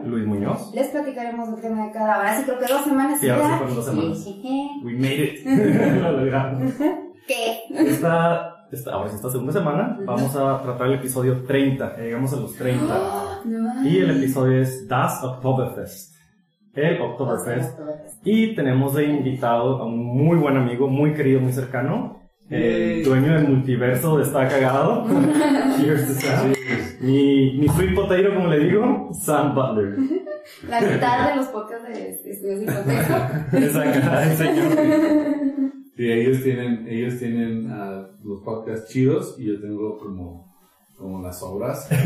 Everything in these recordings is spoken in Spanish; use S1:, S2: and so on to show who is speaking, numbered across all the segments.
S1: platicaremos.
S2: Les platicaremos el tema de cada hora. Así creo que dos semanas.
S1: Sí, ahora sí
S2: ya.
S1: fueron dos semanas.
S2: Sí.
S1: We made it. Lo logramos.
S2: ¿Qué?
S1: Esta, esta, ahora sí, esta segunda semana vamos a tratar el episodio 30. Ya llegamos a los 30.
S3: ¡Ah!
S2: No.
S1: Y el episodio es Das Oktoberfest. El Oktoberfest. Y tenemos de invitado a un muy buen amigo, muy querido, muy cercano. El
S3: Yay.
S1: dueño del multiverso de Está Cagado. Cheers to Sam. Mi, mi sweet potato, como le digo, Sam Butler.
S2: La mitad de los podcasts de Estudios sin Contexto.
S1: Es acá el señor.
S3: Sí, ellos tienen, ellos tienen ah, los podcasts chidos y yo tengo como, como las obras.
S1: Sí.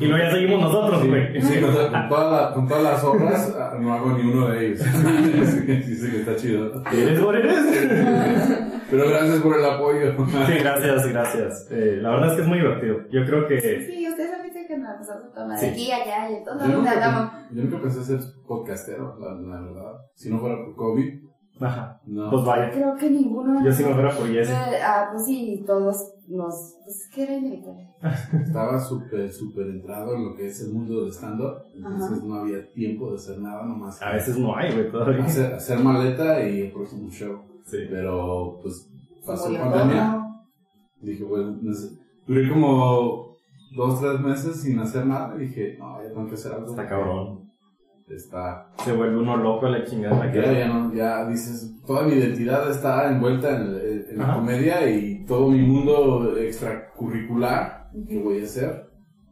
S1: Y luego ya seguimos nosotros, güey.
S3: Sí, sí, con, toda- con toda la- con todas las obras ah, no hago ni uno de ellos. Sí, Dice que está chido.
S1: ¿Eres what eres?
S3: Pero gracias por el apoyo.
S1: Sí, gracias, gracias. Eh, la verdad es que es muy divertido. Yo creo que
S2: Sí, ustedes han visto que nos pasamos tomar
S1: Sí.
S2: de aquí, allá y en todos
S3: Yo
S2: lados andamos.
S3: nunca, yo nunca pensé ser podcastero, la, la verdad. Si no fuera por COVID,
S1: Ajá.
S3: no.
S1: Pues vaya.
S2: Creo que ninguno.
S1: Yo si no fuera por Jesse.
S2: Eh, Ah, pues sí, todos nos. Pues que era inevitable.
S3: Estaba súper, súper entrado en lo que es el mundo del stand-up, entonces no había tiempo de hacer nada nomás.
S1: A veces no hay, güey, todavía.
S3: Hacer, hacer maleta y el próximo show.
S1: Sí.
S3: Pero, pues, pasó
S2: Como yo,
S3: pandemia.
S2: ¿no?
S3: Dije, bueno, no sé. duré como dos, tres meses sin hacer nada. Dije, no, ya tengo que hacer algo.
S1: Está cabrón.
S3: Está.
S1: Se vuelve uno loco a la chingada.
S3: Ya,
S1: que-
S3: ya, no- ya dices, toda mi identidad está envuelta en, el- en la
S1: Ajá.
S3: comedia y todo mi mundo extracurricular. que
S2: Ujú.
S3: voy a hacer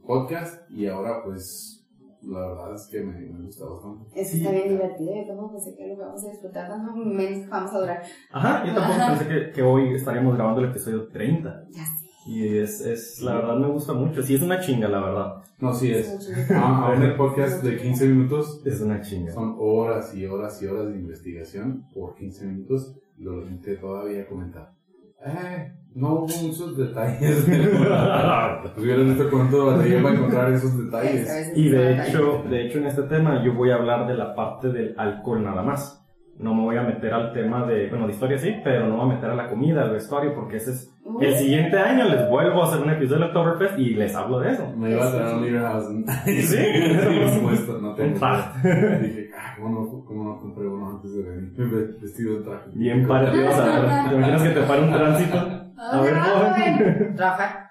S3: podcast y ahora pues la verdad es que me, me gusta bastante.
S2: Eso
S1: Sí.
S2: está bien divertido. Yo tampoco pensé que lo vamos a disfrutar tanto. Menos que vamos a durar.
S1: Ajá, yo tampoco
S2: Ajá.
S1: pensé que, que hoy estaríamos grabando el episodio 30.
S2: Ya sé.
S1: Y es, es, la verdad me gusta mucho. Sí, es una chinga, la verdad.
S3: No, sí
S2: es
S3: es.
S2: un chiste.
S3: Ah, Aún el podcast de 15 minutos
S1: Es una chinga.
S3: son horas y horas y horas de investigación por 15 minutos. Lo intenté todavía comentar. Eh, no hubo muchos detalles. pues hubieran visto cuánto batallé para encontrar esos
S2: Eso,
S3: detalles.
S2: eso
S1: Y
S2: es
S1: de
S2: verdad.
S1: hecho, de hecho en este tema yo voy a hablar de la parte del alcohol nada más. No me voy a meter al tema de, bueno, de historia sí, pero no me voy a meter a la comida, al vestuario, porque ese es...
S2: Uy,
S1: El siguiente año les vuelvo a hacer un episodio del Oktoberfest y les hablo de eso.
S3: Me iba a traer un Leaderhausen.
S1: Sí.
S3: puesto, no
S1: Un
S3: tengo.
S1: par.
S3: Dije, ah, ¿cómo no, cómo no compré uno antes de venir? Vestido de traje.
S1: Bien partidos. a ver, ¿Te imaginas que te para un tránsito? A ver,
S2: ah,
S1: joven.
S2: bueno. Rafa.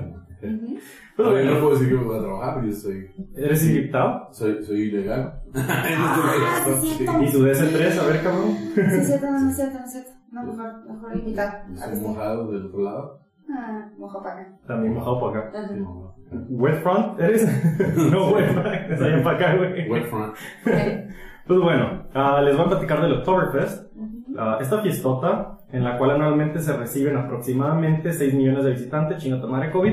S2: Ujú.
S1: Pero
S3: Todavía no
S1: bueno,
S3: puedo decir que voy a trabajar, yo soy,
S1: ¿Eres invitado?
S3: soy, soy ilegal.
S2: Ah,
S3: No
S2: sí,
S3: estoy-
S2: cierto.
S1: ¿Y su DS3? A ver, cabrón.
S2: Sí, es cierto, no es cierto, no es cierto. No, mejor, mejor invitado.
S3: Yo
S2: A
S3: Soy
S2: ver.
S3: mojado del otro lado.
S2: Ah, moja para acá.
S1: También mojado para acá.
S2: Ajá.
S3: No, no.
S1: ¿Wet front eres? No, wet front. Está bien para acá, güey.
S3: Wet front.
S2: Ok.
S1: Pues bueno, ah, les voy a platicar del Oktoberfest.
S2: Ujú.
S1: Ah, esta fiestota, en la cual anualmente se reciben aproximadamente 6 millones de visitantes, chino tomare COVID,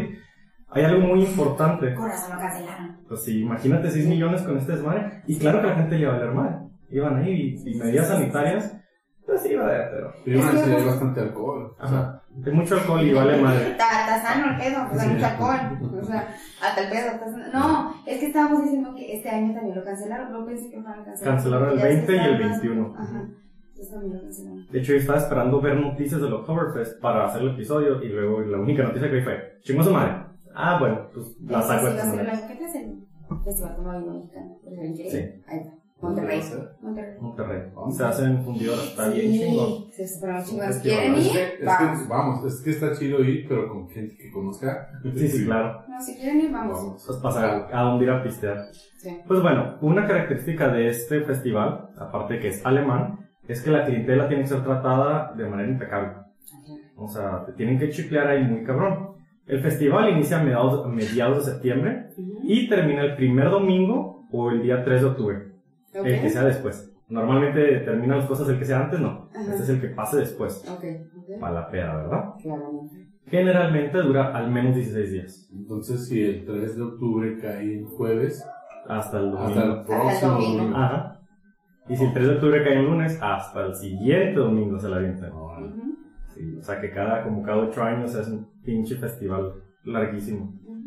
S1: hay algo muy importante.
S2: Corazón lo cancelaron.
S1: Pues sí, imagínate 6 millones con este desmadre. Y claro que la gente le iba a valer mal. Iban ahí y, y medidas sanitarias, pues sí, iba a haber, pero.
S3: Primero
S2: Es que-
S3: sí hay bastante alcohol. O sea,
S1: Ajá. Hay mucho alcohol y vale madre.
S2: Está, está sano el pedo, o sea, mucho alcohol. O sea, hasta el pedo está sano. No, es que estábamos diciendo que este año también lo cancelaron. No pensé que fueran a cancelar.
S1: Cancelaron el
S2: Ya se
S1: 20 y el
S2: estaba-
S1: 21.
S2: Ajá. Entonces también lo cancelaron.
S1: De hecho, yo estaba esperando ver noticias del Oktoberfest para hacer el episodio y luego la única noticia que vi fue: chingo su madre. Ah, bueno, pues la
S2: Sí,
S1: saco esta
S2: va a ser
S1: semana.
S2: la- ¿Qué es el Festival como Vino Mexicano? Pues, el que-
S1: Sí.
S2: Ahí está.
S3: ¿dónde va a
S2: Monterrey.
S3: ser?
S2: Monterrey.
S1: Monterrey. Se hacen fundidoras, está bien
S2: Sí,
S1: chingón.
S2: Se esperaron chingón.
S1: Es que
S2: ¿Quieren
S1: vamos.
S3: Es
S2: ir?
S3: que, es que-
S2: Vamos.
S3: vamos, es que está chido ir, pero con gente que conozca.
S1: Sí, sí, claro.
S2: No, si quieren ir, vamos.
S3: Vamos.
S1: Pues pasar a dónde ir a pistear.
S2: Sí.
S1: Pues bueno, una característica de este festival, aparte que es alemán, es que la clientela tiene que ser tratada de manera impecable. O sea, te tienen que chiclear ahí muy cabrón. El festival inicia a mediados, a mediados de septiembre
S2: Ujú.
S1: y termina el primer domingo o el día 3 de octubre,
S2: Ok.
S1: el Eh, que sea después. Normalmente terminan las cosas el que sea antes, no.
S2: Ajá.
S1: Este es el que pase después.
S2: Ok, ok.
S1: Para la pera, ¿verdad?
S2: Claramente.
S1: Generalmente dura al menos 16 días.
S3: Entonces, si el 3 de octubre cae en jueves,
S1: Hasta el domingo. Ah.
S3: hasta el próximo
S2: domingo.
S3: domingo.
S1: Ajá. Y si el 3 de octubre cae un lunes, hasta el siguiente domingo se la avientan.
S3: Ahora,
S2: Ujú,
S1: Sí, o sea que cada, como cada 8 años es un pinche festival larguísimo.
S2: ujú.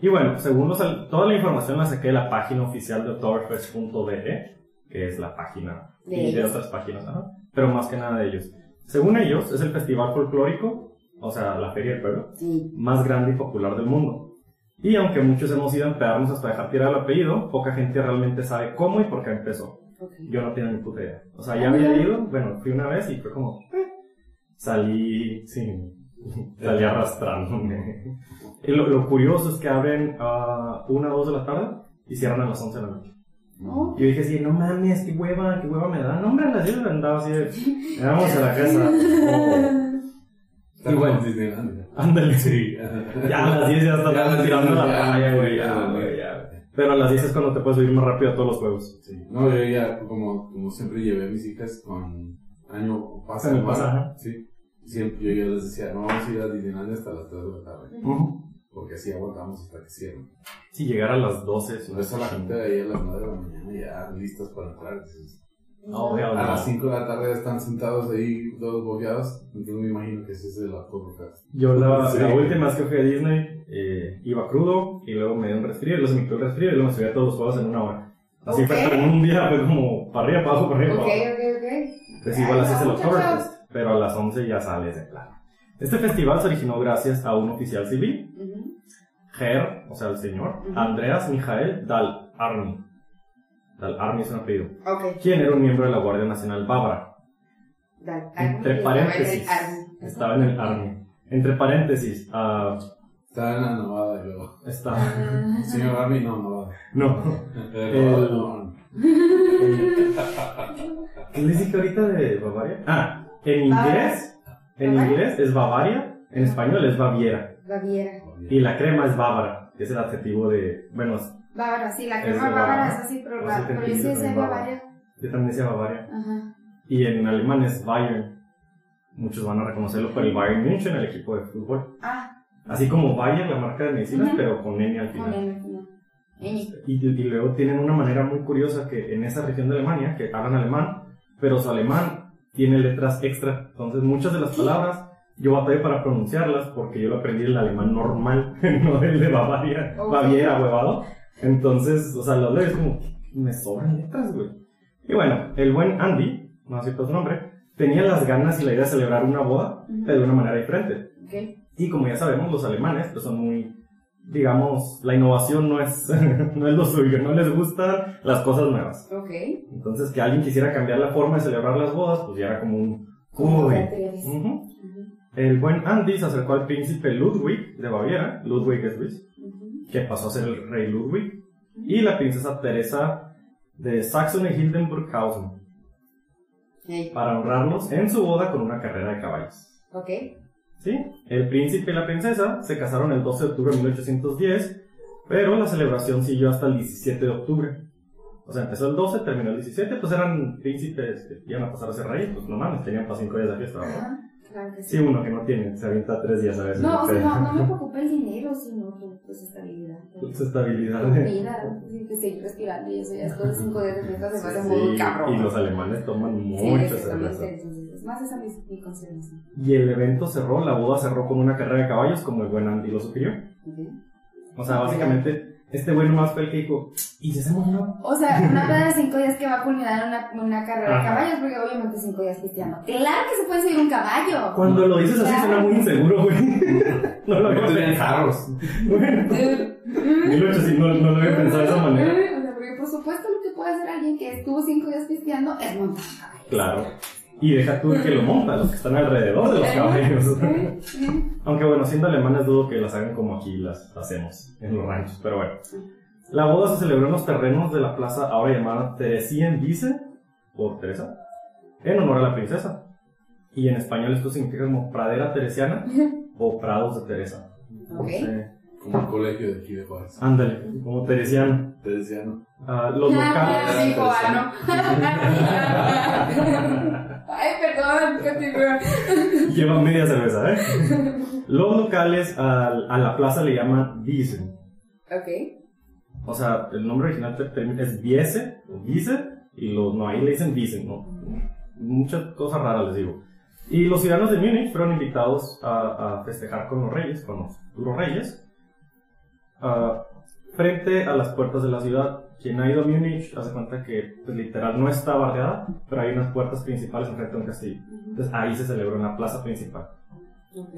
S1: Y bueno, según los, al- toda la información la saqué de la página oficial de Oktoberfest.de, que es la página
S2: De
S1: y de
S2: ellos.
S1: otras páginas, ajá, pero más que nada de ellos. Según ellos, es el festival folclórico, o sea, la feria del pueblo,
S2: Sí.
S1: más grande y popular del mundo. Y aunque muchos hemos ido a empedarnos hasta dejar tirado el apellido, poca gente realmente sabe cómo y por qué empezó.
S2: Ok.
S1: Yo no tenía ni puta idea. O sea, ya había ido, bueno, fui una vez y fue como, eh, salí sin, salí arrastrándome. Y lo, lo curioso es que abren a una o dos de la tarde y cierran a las 11 de la noche.
S2: No.
S1: Y Yo dije así, no mames, qué hueva, qué hueva me da. No, hombre, a las 10 andaba así de, "Ya vamos a la casa. Oh,
S3: Está como
S1: Igual.
S3: en Disneylandia.
S1: ándale.
S3: Sí.
S1: Ya a las 10 ya
S3: Ya a
S1: está
S3: las
S1: tirando
S3: 10
S1: la
S3: ya,
S1: raya, güey,
S3: ya,
S1: ya,
S3: ya.
S1: güey, ya. Pero a las 10 es cuando te puedes subir más rápido a todos los juegos.
S3: Sí. No, yo ya, como, como siempre llevé a mis hijas con año pasa,
S1: Año
S3: ¿no?
S1: pasa, ajá.
S3: Sí. Siempre yo ya les decía, no vamos a ir a Disneylandia hasta las 3 de la tarde.
S1: Ujú.
S3: Porque así aguantamos hasta que cierren.
S1: Si llegar a las 12 es
S3: Si
S1: una
S3: ves a la gente
S1: chingada.
S3: de ahí a las 9 de la mañana ya listas para entrar. dices,
S1: No,
S2: No.
S1: güey,
S3: a
S1: Ah, no.
S3: las 5 de la tarde están sentados ahí, todos bobeados. Entonces me imagino que ese es el autógrafo.
S1: Yo la,
S3: Sí.
S1: la última vez que fui a Disney eh, iba crudo y luego me dio un resfrío y luego se me quitó el resfrío y luego me subí a todos los juegos en una hora. Así
S2: Ok.
S1: fue como un día, fue como para arriba, para abajo, para arriba,
S2: Ok,
S1: para abajo.
S2: ok, ok.
S1: Pues igual así
S2: Ay,
S1: es el
S2: no,
S1: Oktoberfest, pues, pero a las 11 ya sales de plano. Este festival se originó gracias a un oficial civil,
S2: Ujú.
S1: Ger, o sea, el señor,
S2: Ujú.
S1: Andreas Mijael Dal Army. Dal Army es un apellido.
S2: Ok,
S1: Quien era un miembro de la Guardia Nacional Bávara.
S2: dale.
S1: Entre paréntesis, estaba en el Army. Entre paréntesis, ah,
S3: Estaba en la Nevada y luego.
S1: está.
S3: Señor Army, no, Nevada.
S1: No.
S3: Nevada, no.
S1: ¿Qué les dije ahorita de Bavaria? Ah, en inglés, en
S2: Bavaria.
S1: inglés es Bavaria, en español es Baviera.
S2: Baviera.
S1: Y la crema es Bávara, que es el adjetivo de. Bueno,
S2: Bávara, sí, la
S1: Es
S2: crema
S1: de
S2: bávara
S1: Bávara.
S2: es así, pero
S1: O
S2: la
S1: sea,
S2: pero
S1: te
S2: sí es
S1: entiendo
S2: de
S1: también
S2: Bavaria.
S1: yo también decía Bavaria.
S2: Ajá.
S1: Y en alemán es Bayern. Muchos van a reconocerlo por el Bayern München, el equipo de fútbol.
S2: Ah,
S1: Así como Bayern, la marca de medicinas,
S2: Ujú.
S1: pero con N al final.
S2: con el- no. Ñ.
S1: Y, y luego tienen una manera muy curiosa que en esa región de Alemania, que hablan alemán, pero su alemán tiene letras extra. Entonces muchas de las palabras yo batallé para pronunciarlas porque yo lo aprendí el alemán normal, no el de Bavaria,
S2: Ok.
S1: Baviera, huevado. Entonces, o sea, lo leo y es como, me sobran letras, güey. Y bueno, el buen Andy, no sé su nombre, tenía las ganas y la idea de celebrar una boda,
S2: Ujú.
S1: pero de una manera diferente.
S2: Ok.
S1: Y como ya sabemos, los alemanes pues, son muy, digamos, la innovación no es, no es lo suyo, no les gustan las cosas nuevas.
S2: Ok.
S1: Entonces, que alguien quisiera cambiar la forma de celebrar las bodas, pues ya era como un...
S2: ¿Cómo te
S1: Uy.
S2: atreves?
S1: Ujú.
S2: Ujú,
S1: El buen Andy se acercó al príncipe Ludwig de Baviera, Ludwig es Luis,
S2: ujú.
S1: que pasó a ser el rey Ludwig, y la princesa Teresa de Saxony Hildenburghausen,
S2: Ey,
S1: para honrarlos en su boda con una carrera de caballos.
S2: Ok.
S1: ¿Sí? El príncipe y la princesa se casaron el 12 de octubre de 1810, pero la celebración siguió hasta el 17 de octubre. O sea, empezó el 12, terminó el 17, pues eran príncipes que iban a pasar a ser reyes, pues no mames, tenían para 5 días de fiesta, ¿no?
S2: Ajá, Claro que
S1: Sí,
S2: sí.
S1: uno que no tiene, se avienta 3 días a veces.
S2: No, o sea,
S1: pero-
S2: no, no me preocupa el dinero, sino tu pues, estabilidad. tu
S1: Su estabilidad.
S2: Comida, sí, que seguir respirando y eso ya es todo cinco días de fiesta se me hace
S1: Sí,
S2: muy cabrón.
S1: y los alemanes toman
S2: Sí,
S1: mucha cerveza.
S2: exactamente, entonces, es más esa mi, mi consideración.
S1: Y el evento cerró, la boda cerró con una carrera de caballos, como el buen Andy lo sugirió.
S2: Ok.
S1: O sea, básicamente, este güey nomás fue el que dijo, ¿y si hacemos una
S2: O sea, una peda de cinco días que va a culminar en una, una carrera de
S1: Ajá.
S2: caballos, porque obviamente cinco días pisteando. ¡Claro que se puede subir un caballo!
S1: Cuando lo dices así suena muy inseguro, güey. No lo
S3: No
S1: había
S3: tenían
S1: pensado.
S3: carros.
S1: Bueno,
S2: Mm.
S1: 1800 no, no lo había pensado de esa manera.
S2: Mm, O sea, porque por supuesto lo que puede hacer alguien que estuvo cinco días pisteando es montar un caballo.
S1: Claro. Y deja tú el que lo monta, los que están alrededor de los caballos.
S2: Mm, mm.
S1: Aunque bueno, siendo alemanes dudo que las hagan como aquí las hacemos, en los ranchos, pero bueno. La boda se celebró en los terrenos de la plaza ahora llamada Teresienwiese, por Teresa, en honor a la princesa. Y en español esto significa como pradera teresiana o prados de Teresa.
S2: Ok.
S1: Eh,
S3: Como el colegio de aquí de Juárez.
S1: ándale, como teresiano.
S3: Te decía, no.
S1: Ah, los locales.
S2: Sí, cubano. Ay, perdón, continúa.
S1: Llevan media cerveza, ¿eh? Los locales al- a, la plaza le llaman Wiesen.
S2: Ok.
S1: O sea, el nombre original te- te- es Wiese o Wiese, y los no, ahí le dicen Wiesen, ¿no? Muchas cosas raras les digo. Y los ciudadanos de Múnich fueron invitados a, a festejar con los reyes, con los futuros reyes, ah, frente a las puertas de la ciudad. Quien ha ido a Múnich hace cuenta que pues, literal no está bardeada, pero hay unas puertas principales enfrente de un castillo. Entonces ahí se celebró en la plaza principal.
S2: Ok.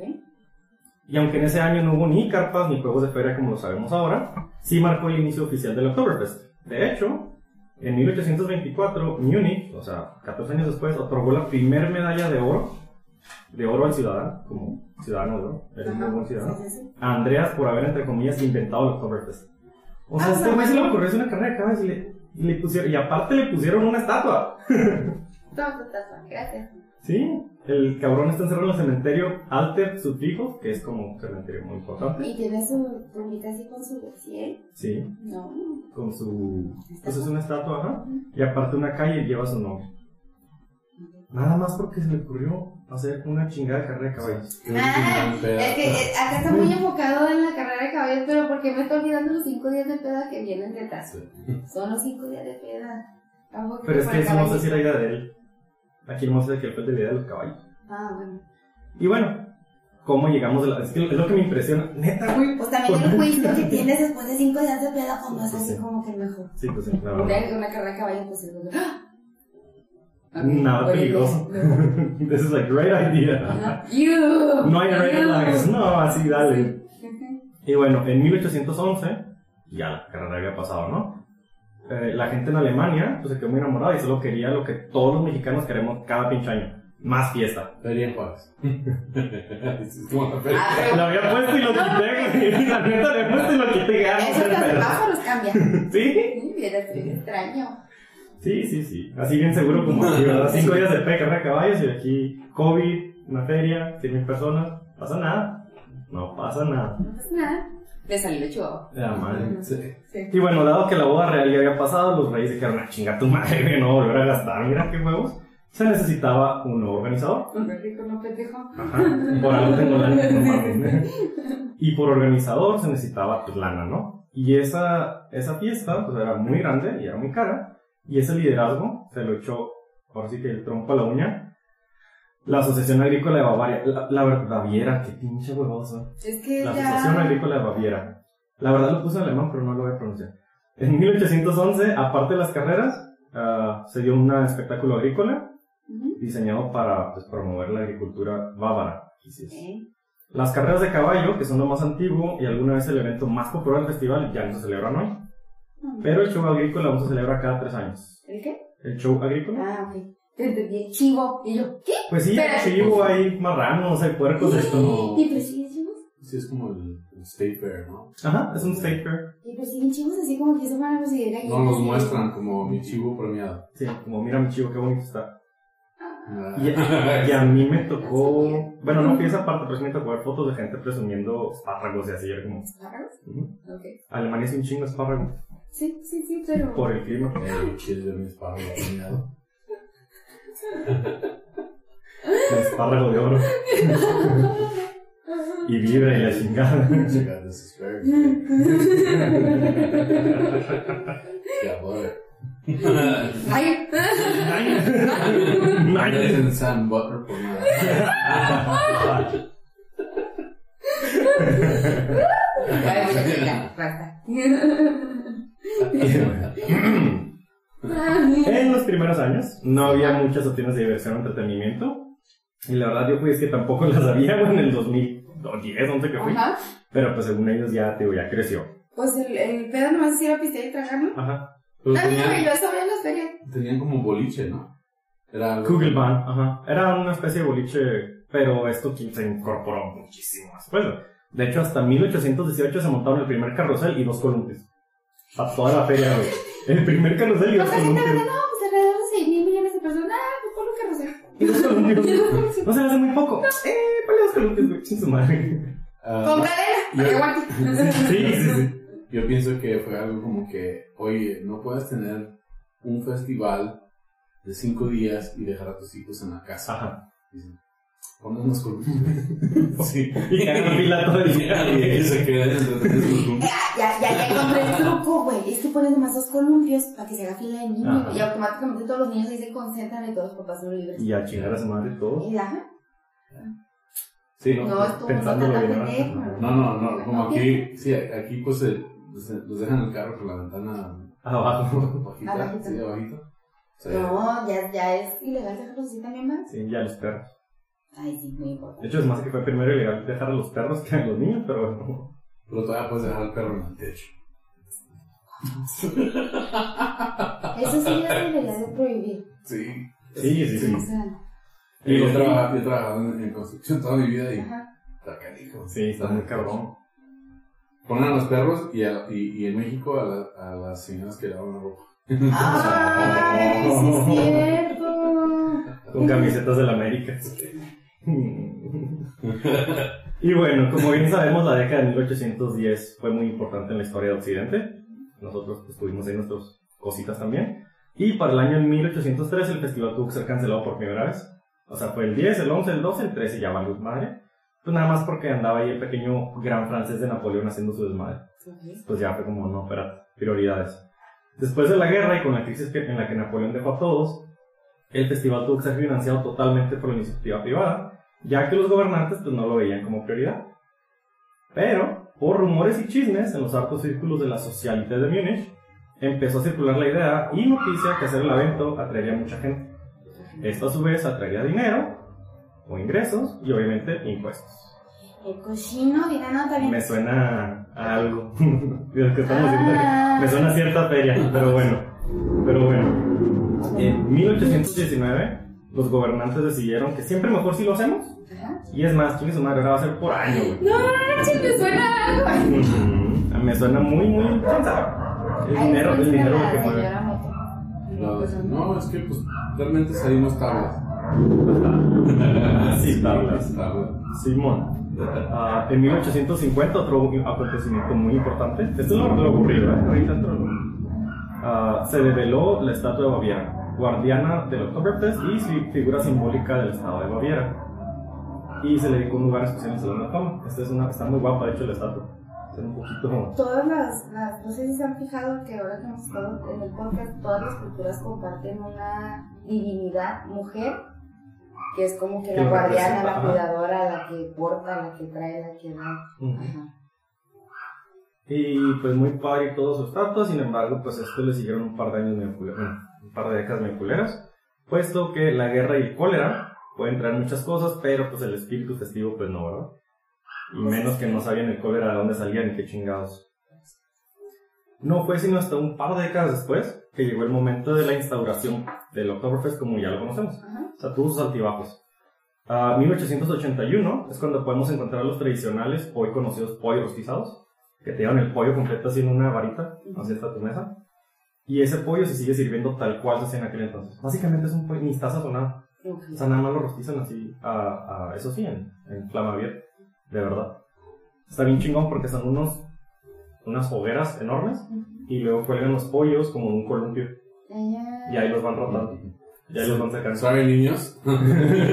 S1: Y aunque en ese año no hubo ni carpas ni juegos de feria como lo sabemos ahora, sí marcó el inicio oficial del Oktoberfest. De hecho, en 1824, Múnich, o sea, 14 años después, otorgó la primera medalla de oro, de oro al ciudadano, como ciudadano de oro, eres muy buen ciudadano,
S2: Sí, sí, sí.
S1: a Andreas por haber, entre comillas, inventado el Oktoberfest. O sea,
S2: Ah,
S1: este
S2: no,
S1: güey se le
S2: no.
S1: ocurrió hacer una carrera de caballos y le, y le pusieron, y aparte le pusieron una estatua.
S2: Toma tu taza, gracias.
S1: Sí, el cabrón está encerrado en el cementerio Alter Sufijo, que es como un cementerio muy importante.
S2: Y tiene su bombita así con su ciel.
S1: Sí,
S2: No,
S1: con su. Pues es una estatua, ajá. Y aparte una calle lleva su nombre. Nada más porque se me ocurrió hacer una chingada de carrera de caballos.
S3: Qué
S2: Ah,
S3: original,
S2: es que eh, acá está muy enfocado en la carrera de caballos, pero ¿por qué me estoy olvidando los cinco días de peda que vienen detrás? Son los cinco días de peda. Tampoco
S1: Pero es
S2: por
S1: que
S2: el
S1: eso no sé
S2: caballito.
S1: si era idea de él. Aquí no sé que él fue de la idea de los caballos.
S2: Ah, bueno.
S1: Y bueno, ¿cómo llegamos de la.? Es que es lo que me impresiona. Neta, güey.
S2: Pues también el juicio que tienes después de cinco días de peda, cuando es así como que el mejor.
S1: Sí, pues sí, la
S2: Una,
S1: verdad.
S2: una carrera de caballos, pues es lo que- ¡Ah!
S1: Nada
S2: Oye,
S1: peligroso.
S2: no.
S1: This is a great idea.
S2: Ajá. You.
S1: No hay red
S2: You.
S1: flags. No, así dale.
S2: Ujú.
S1: Y bueno, en 1811, ya la carrera había pasado, ¿no? Eh, la gente en Alemania pues, se quedó muy enamorada y solo quería lo que todos los mexicanos queremos cada pinche año. Más fiesta.
S3: Feria en Juárez. es como la feria.
S2: Ah, pero
S1: Lo había puesto y lo quité, güey. La neta, lo había puesto y lo quité. ya, no
S2: Eso
S1: sé,
S2: hasta los
S1: pero-
S2: pájaros cambia.
S1: ¿Sí?
S2: Sí, Era extraño.
S1: Sí, sí, sí. Así bien seguro como aquí, ¿verdad? Cinco días de pe, carrera de caballos y aquí COVID, una feria, 100 mil personas. ¿Pasa nada? No pasa nada.
S2: No pasa nada. Le salió chihuahua.
S1: La madre.
S3: Sí.
S2: Sí.
S1: Y bueno, dado que la boda real ya había pasado, los reyes dijeron, ah, chinga tu madre, güey, no volver a gastar, mira qué huevos. Se necesitaba un nuevo organizador.
S2: Un rico no pendejo.
S1: Ajá. Por algo tengo lana, no mames. ¿eh? Y por organizador se necesitaba pues, lana, ¿no? Y esa, esa fiesta, pues era muy grande y era muy cara. Y ese liderazgo se lo echó, ahora sí que el trompo a la uña, la Asociación Agrícola de Bavaria. La, la verdad, Baviera, qué pinche huevosa.
S2: Es que
S1: La
S2: ya.
S1: Asociación Agrícola de Baviera. La verdad lo puse en alemán, pero no lo voy a pronunciar. En 1811, aparte de las carreras, ah, se dio un espectáculo agrícola
S2: Ujú.
S1: diseñado para pues, promover la agricultura bávara. Así es.
S2: Eh,
S1: Las carreras de caballo, que son lo más antiguo y alguna vez el evento más popular del festival, ya no se celebran hoy.
S2: no.
S1: Pero el show agrícola aún se celebra cada tres años.
S2: ¿El qué?
S1: ¿El show agrícola?
S2: Ah, ok. Te entendí. el Chivo. Y yo, ¿qué?
S1: Pues sí, hay
S2: Pero-
S1: chivo, hay marranos, hay puercos,
S2: ¿Y
S1: esto no...
S2: y persiguen chivos?
S3: Sí, es como el, el State Fair, ¿no?
S1: Ajá, es un state fair.
S2: ¿Y persiguen chivos así como que se van a perseguir gallinas?
S3: No, los muestran como mi chivo premiado.
S1: Sí, como mira mi chivo, qué bonito está.
S2: Ah,
S3: Ah.
S1: Y, y a mí me tocó. Bueno, no fui a esa parte, pero sí me tocó ver fotos de gente presumiendo espárragos y así. Yo era como.
S2: ¿Espárragos?
S1: "Ujú,
S2: Ok.
S1: Alemania es un chingo espárrago
S2: Sí, sí, sí, pero.
S1: por el clima.
S3: El chile de mi espárrago premiado.
S1: El espárrago de oro. Y vibra y la chingada.
S3: Checa, this is fair. Yeah, butter.
S2: Ay,
S1: Nine.
S3: No
S1: Nine.
S3: dicen San Butter por nada.
S2: Ay, muchachita, basta.
S1: En los primeros años no había muchas opciones de diversión o entretenimiento. Y la verdad, yo fui, es que tampoco las había güey, en el 2010, 11 que fui.
S2: Ajá.
S1: Pero pues según ellos ya, te digo, ya creció.
S2: Pues el, el pedo nomás es ir a pistear y tragar, ¿no?
S1: Ajá.
S3: Pero
S2: También, güey,
S3: tenían,
S2: lo eso en las ferias.
S3: tenían como boliche, ¿no? Era algo-
S1: Kugelbahn, ajá. Era una especie de boliche, pero esto qui- se incorporó muchísimo después. De hecho, hasta 1818 se montaron el primer carrusel y dos columpios. Para toda la feria, güey. El primer carrusel y dos
S2: Pues la gente
S1: columpios.
S2: verdad, no, pues alrededor de 6 mil millones de personas. Ah, pues por lo que no
S1: Y dos columpios. No se le hace muy poco. Eh, ponle dos columpios, güey. Chin su madre.
S2: Con
S3: Ah,
S2: cadena, que aguante.
S1: Sí, sí, sí.
S3: yo pienso que fue algo como que, oye, no puedes tener un festival de cinco días y dejar a tus hijos en la casa.
S1: Ajá.
S3: Dicen, Ponemos columpios. sí.
S1: Y que hagan fila todo el día.
S3: Y ellos se quedan entretenidos con los columpios.
S2: Ya, ya, ya encontré el truco, güey. Es que pones nomás dos columpios para que se haga fila de niños.
S1: Ajá.
S2: Y automáticamente todos los niños ahí se concentran y todos los papás son libres.
S1: Y a chingar a su madre todo.
S2: Y ajá.
S3: Sí, no,
S2: No, estuvo no
S1: pensándolo
S2: tan
S1: bien, ¿no?
S2: pendejo.
S3: No, no, no, como
S2: No,
S3: aquí, sí, aquí pues eh, los, los dejan el carro con la ventana
S1: Abajo.
S3: bajita,
S2: Abajito.
S3: sí, abajito. O sea,
S2: No, ya, ya es ilegal dejarlos así también más.
S1: Sí, ya los perros.
S2: Ay, sí, muy
S1: De
S2: importante.
S1: hecho, es más que fue primero ilegal dejar a los perros que a los niños, pero bueno.
S3: Pero todavía puedes dejar al perro en el techo.
S2: Eso sí ya se debería de prohibir.
S3: Sí.
S1: Sí, sí, sí.
S2: O sea,
S1: Y
S3: yo,
S1: los
S3: he trabajado, yo he trabajado en, en construcción toda mi vida y
S2: ajá.
S3: está canijo.
S1: Sí, está muy cabrón.
S3: Ponen a los perros y, a- y, y en México a, la- a las señoras que lavan la ropa.
S2: Ay, sí es cierto.
S1: Con camisetas de la América. Y bueno, como bien sabemos, la década de 1810 fue muy importante en la historia de Occidente. Nosotros pues, tuvimos ahí nuestras cositas también. Y para el año 1803 el festival tuvo que ser cancelado por primera vez. O sea, fue el 10, el 11, el 12, el 13 y ya valió madre. Pues nada más porque andaba ahí el pequeño gran francés de Napoleón haciendo su desmadre pues ya fue como, no, espérate, prioridades. Después de la guerra y con la crisis que- en la que Napoleón dejó a todos, el festival tuvo que ser financiado totalmente por la iniciativa privada, ya que los gobernantes pues, no lo veían como prioridad. Pero, por rumores y chismes en los altos círculos de la Socialité de Múnich, empezó a circular la idea y noticia que hacer el evento atraería a mucha gente. Esto a su vez atraería dinero, o ingresos, y obviamente impuestos.
S2: El cochino dirá, no, también.
S1: Me suena a algo de lo que estamos diciendo aquí.
S2: Ah.
S1: Me suena a cierta feria, pero bueno. Pero bueno. En 1819, los gobernantes decidieron que siempre mejor si lo hacemos.
S2: Ajá.
S1: Y es más, chingue su madre, ahora va a ser por año, güey.
S2: No, manches, me suena a algo.
S1: Ujú. Me suena muy, muy pensado. El dinero,
S2: pues,
S1: el dinero lo que mueve.
S3: No, no, es que pues realmente salimos tablas.
S1: Sí, tablas.
S3: Tablas.
S1: Simón. Ah, en 1850, otro acontecimiento muy importante. Esto es lo, lo aburrido, ¿eh? Ahorita entro en lo- Ah, se develó la estatua de Baviera, guardiana del Oktoberfest y si- figura simbólica del estado de Baviera. Y se le dedicó un lugar especial en el Salón de la Fama. Esta es una, está muy guapa, de hecho, la estatua. Está un poquito.
S2: Todas las, las, no sé si se han fijado que ahora que hemos estado en el podcast, todas las culturas comparten una divinidad mujer, que es como que
S1: Que
S2: la
S1: lo
S2: guardiana,
S1: representa,
S2: la
S1: ajá.
S2: cuidadora, la que porta, la que trae, la que da. Ajá.
S1: Y pues muy padre todos sus estatua, sin embargo, pues esto le siguieron un par de años medio cule- bueno, un par de décadas medio culeras, puesto que la guerra y el cólera pueden traer muchas cosas, pero pues el espíritu festivo pues no, ¿verdad? Y menos que no sabían el cólera de dónde salían y qué chingados. No fue sino hasta un par de décadas después que llegó el momento de la instauración del Oktoberfest como ya lo conocemos.
S2: Ajá.
S1: O sea, tuvo sus altibajos. Ah, 1881 es cuando podemos encontrar los tradicionales, hoy conocidos pollos rostizados, que te llevan el pollo completo así en una varita, así está tu mesa. Y ese pollo se sigue sirviendo tal cual se hacía en aquel entonces. Básicamente es un pollo, ni está sazonado.
S2: Ok.
S1: O sea, nada más lo rostizan así, a, a- eso sí, en, en flama abierta, de verdad. Está bien chingón porque son unos, unas hogueras enormes
S2: Ujú.
S1: y luego cuelgan los pollos como en un columpio
S2: Ella-
S1: y ahí los van rotando, y ahí los van sacando.
S3: ¿Saben niños?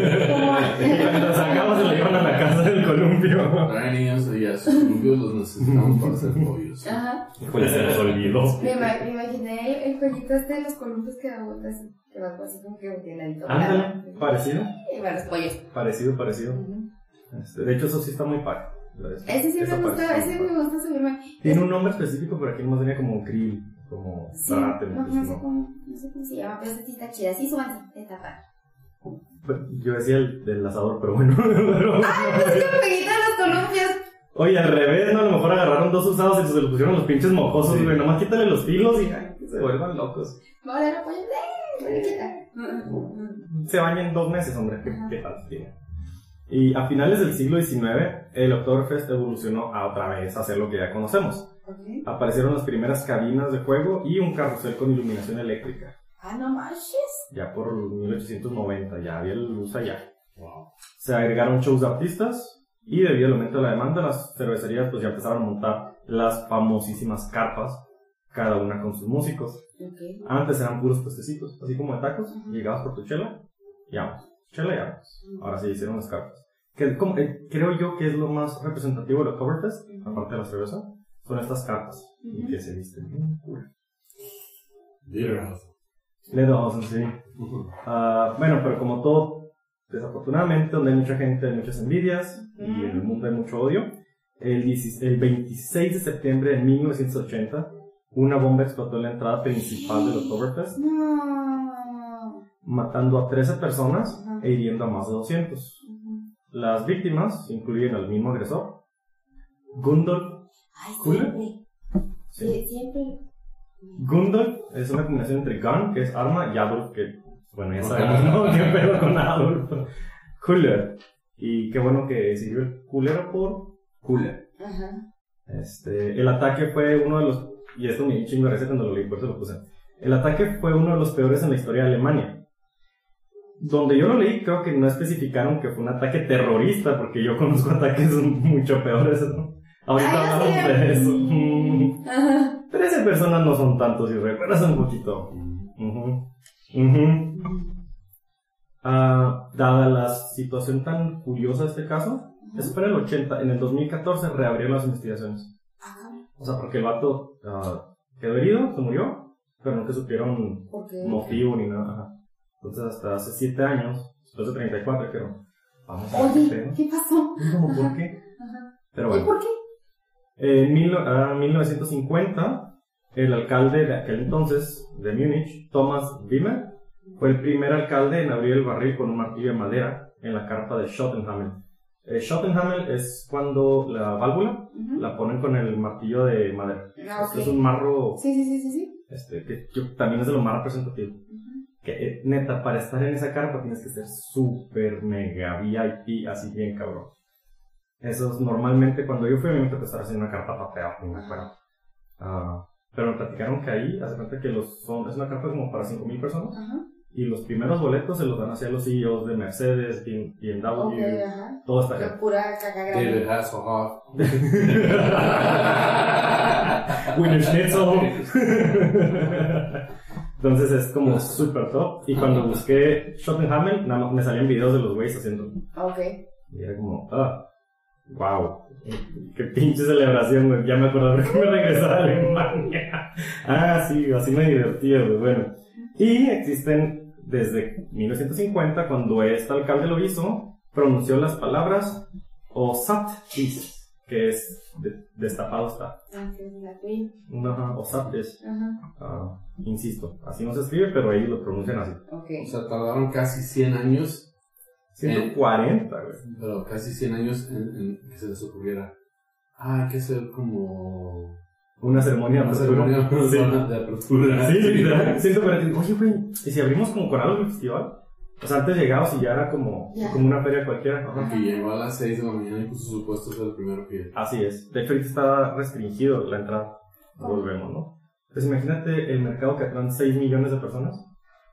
S1: Y cuando sacamos se lo llevan a la casa del columpio.
S3: Traen niños y a sus columpios los necesitamos para hacer pollos.
S2: Ajá.
S1: Híjole, se nos olvidó.
S2: Me, ima- me imaginé el, el jueguito este de los columpios que da vueltas, que va así como que de ladito.
S1: Ándale, parecido,
S2: Y van los pollos.
S1: parecido, parecido.
S2: Ujú.
S1: Este, de hecho, eso sí está muy padre.
S2: Ese sí
S1: Esa
S2: me gusta,
S1: parece
S2: ese
S1: muy
S2: me gusta subirme.
S1: padre. Tiene un nombre específico, pero aquí más tenía como krill, como
S2: Sí,
S1: zarate,
S2: no,
S1: pues,
S2: no, sé
S1: no.
S2: cómo, no sé cómo se llama, pero esa sí está chida. Sí, súbanse, está padre.
S1: Pero Yo decía el del asador, pero bueno. pero-
S2: Es que jueguito de los columpios.
S1: Oye, al revés, ¿no? A lo mejor agarraron dos usados y se los pusieron los pinches mocosos,
S3: Sí.
S1: güey. Nomás quítale los filos y ay, que se vuelvan locos.
S2: Va a oler a pollo. ¡Eh! mariquita!
S1: Se bañan dos meses, hombre. ¿Qué,
S2: Ajá.
S1: qué tal tiene? Y a finales del siglo XIX, el Oktoberfest evolucionó a otra vez hacer lo que ya conocemos.
S2: Ok.
S1: aparecieron las primeras cabinas de juego y un carrusel con iluminación eléctrica.
S2: Ah, no manches.
S1: Ya por 1890, ya había luz allá.
S3: Wow.
S1: Se agregaron shows de artistas y debido al aumento de la demanda, las cervecerías pues ya empezaron a montar las famosísimas carpas, cada una con sus músicos.
S2: Ok.
S1: Antes eran puros puestecitos, así como de tacos, llegabas por tu chela y vamos, chela y vamos. Ahora sí hicieron las carpas. Que, como, eh, creo yo que es lo más representativo de la Coverfest, aparte de la cerveza, son estas carpas y que se visten. bien cool.
S3: Mira.
S1: Led Olsen, sí. Ah, bueno, pero como todo, desafortunadamente, donde hay mucha gente, hay muchas envidias y en el mundo hay mucho odio. El, 16 el 26 de septiembre de 1980, una bomba explotó en la entrada principal del Oktoberfest,
S2: No.
S1: matando a 13 personas
S2: Ajá.
S1: e hiriendo a más de 200.
S2: Ujú.
S1: Las víctimas incluyen al mismo agresor, Gundolf.
S2: Ay,
S1: ¿Cool?
S2: siempre.
S1: sí.
S2: Sí, siempre.
S1: Gundolf es una combinación entre Gun, que es arma, y Adolf, que, bueno, ya sabemos, ¿no? ¿Qué pedo con Adolf? Cooler. Y qué bueno que sirvió el culero por.
S3: Cooler.
S2: Ajá.
S1: Este, el ataque fue uno de los. Y esto me chingo parece cuando lo leí, por eso lo puse. El ataque fue uno de los peores en la historia de Alemania. Donde yo lo leí, creo que no especificaron que fue un ataque terrorista, porque yo conozco ataques mucho peores, ¿no? Ahorita
S2: Ay,
S1: hablamos
S2: así
S1: de
S2: es.
S1: eso. Mm.
S2: Ajá.
S1: 13 personas no son tantos, si recuerdas un poquito. Ujú. Ujú. Ah, dada la situación tan curiosa de este caso, eso fue en el 80, en el 2014 reabrieron las investigaciones.
S2: Ajá.
S1: O sea, porque el vato ah, quedó herido, se murió, pero nunca supieron
S2: ¿Por qué?
S1: motivo ni nada. Ajá. Entonces, hasta hace 7 años, después de 34, creo. Vamos a ver qué
S2: Oye,
S1: pedo.
S2: ¿qué pasó?
S1: ¿Cómo, ¿Por qué?
S2: Ajá.
S1: Pero
S2: ¿Y
S1: Ah, bueno.
S2: por qué?
S1: En mil- ah, 1950, el alcalde de aquel entonces, de Múnich, Thomas Wimmer, fue el primer alcalde en abrir el barril con un martillo de madera en la carpa de Schottenhamel. Eh, Schottenhamel es cuando la válvula
S2: Ujú.
S1: la ponen con el martillo de madera.
S2: Ah,
S1: Este
S2: ok.
S1: es un marro
S2: Sí, sí, sí, sí, sí.
S1: este, que yo- también es de lo más representativo.
S2: Ujú.
S1: Que eh, neta, para estar en esa carpa tienes que ser super mega VIP, así bien cabrón. Eso es normalmente cuando yo fui a mí me tocó estar haciendo una carpa papeada, no me acuerdo. Ah, pero me platicaron que ahí, hace cuenta que los son, es una carpa como para 5.000 personas
S2: Ajá.
S1: y los primeros boletos se los dan hacia los CEOs de Mercedes, B- BMW,
S2: Ok, ajá.
S1: toda esta gente.
S2: Pero pura caca grande.
S3: David Hasselhoff.
S1: Wiener Schnitzel. Entonces es como super top. Y cuando busqué Schottenhamel, nada más me salían videos de los güeyes haciendo.
S2: Ok.
S1: Y era como, ah, wow. Qué pinche celebración, güey. Ya me acordaba por qué me regresaba a Alemania. Ah, sí, así me divertía, güey. Bueno. Y existen desde 1950, cuando este alcalde lo hizo, pronunció las palabras OSAT, que es de- destapado está.
S2: Antes de la Queen.
S1: Una osapes,
S2: Ajá.
S1: ah, insisto, así no se escribe, pero ahí lo pronuncian así.
S2: Ok.
S3: O sea, tardaron casi 100 años,
S2: Eh.
S1: 140, güey.
S3: pero casi 100 años en, en que se les ocurriera. Ah, hay que hacer como.
S1: Una ceremonia
S3: una
S1: de
S3: ceremonia
S1: apertura.
S3: de apertura.
S1: Sí, sí, literal. 140. Oye, güey, ¿y si abrimos como con algo el festival? O sea, antes llegabas y ya era como,
S2: Ya.
S1: como una feria cualquiera. Ajá.
S3: Que llegó a las 6 de la mañana y puso su puesto ser el primero que.
S1: Así es. De hecho, ahorita está restringido la entrada.
S2: Ajá.
S1: Volvemos, ¿no? Pues imagínate el mercado que atraen 6 millones de personas.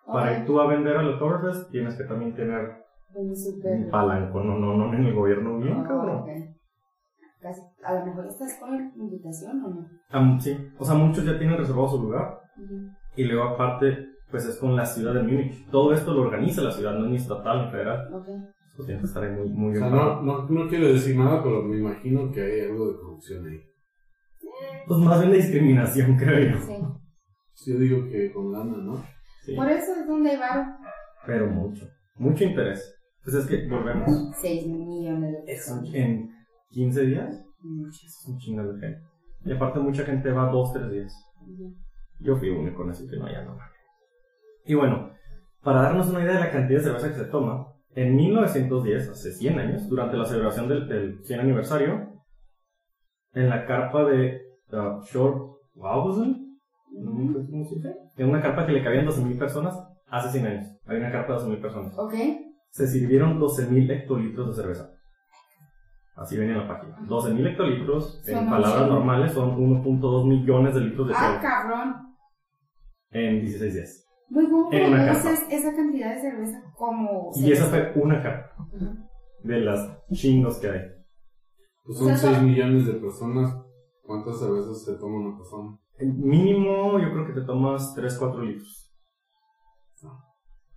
S1: Para ir
S2: Ok.
S1: tú a vender a los Oktoberfest, tienes que también tener
S2: Un
S1: un
S2: super.
S1: palanco, no, no, no, en el gobierno, bien,
S2: Ah,
S1: cabrón.
S2: ok. Casi- A lo mejor estás con invitación o no.
S1: Am- sí, o sea, muchos ya tienen reservado su lugar
S2: Ujú.
S1: y luego aparte, pues es con la ciudad de Múnich. Todo esto lo organiza la ciudad, no es ni estatal ni federal.
S2: Ok.
S1: Eso tiene que estar ahí muy, muy
S3: O
S1: bien.
S3: sea,
S1: parado.
S3: no, no, no quiero decir nada, pero me imagino que hay algo de corrupción ahí.
S1: Pues más bien la discriminación, creo yo.
S2: Sí.
S3: Sí, Pues Yo digo que con lana, ¿no?
S1: Sí,
S2: Por e- eso es donde va
S1: pero mucho, mucho interés. Pues es que volvemos.
S2: 6 millones de
S1: Es
S2: personas.
S1: en 15 días,
S2: Muchas.
S1: es un chingo de gente. Y aparte, mucha gente va 2-3 días.
S2: Ujú.
S1: Yo fui único, así que no, ya no. Y bueno, para darnos una idea de la cantidad de cerveza que se toma, en 1910, hace 100 años, durante la celebración del, del 100 aniversario, en la carpa de uh, Short Wausen,
S2: Ujú.
S1: ¿cómo se dice? en una carpa que le cabían 12.000 personas, hace 100 años, había una carpa de 12.000 personas,
S2: Ok.
S1: se sirvieron 12.000 hectolitros de cerveza. Así venía la página. 12.000 hectolitros, en
S2: Son
S1: palabras
S2: mucho.
S1: normales, son 1.2 millones de litros de
S2: Ah,
S1: cerveza
S2: cabrón.
S1: en 16 días.
S2: Luego
S1: En una
S2: produces esa cantidad de cerveza como.
S1: Y esa
S2: cerveza.
S1: fue una carta
S2: Ujú.
S1: de las chingos que hay.
S3: Pues son
S2: O sea,
S3: 6
S2: son-
S3: millones de personas. ¿Cuántas cervezas se toma una persona?
S1: El mínimo, yo creo que te tomas 3, 4 litros.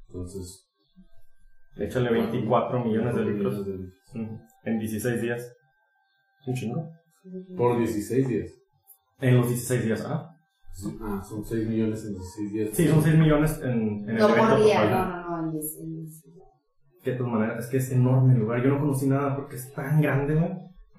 S3: Entonces.
S1: Échale 24 millones de litros
S3: de litros.
S1: Ujú. en 16 días. Es un chingo.
S3: Por 16 días.
S1: En los 16 días, ¿ah?
S3: Ah, son 6 millones en 16 días.
S1: Sí, son 6 millones en, en el
S2: No
S1: evento.
S2: por día,
S1: total.
S2: no, no, no. en diez- en diez.
S1: Que de todas maneras, es que es enorme el lugar. Yo no conocí nada porque es tan grande, güey.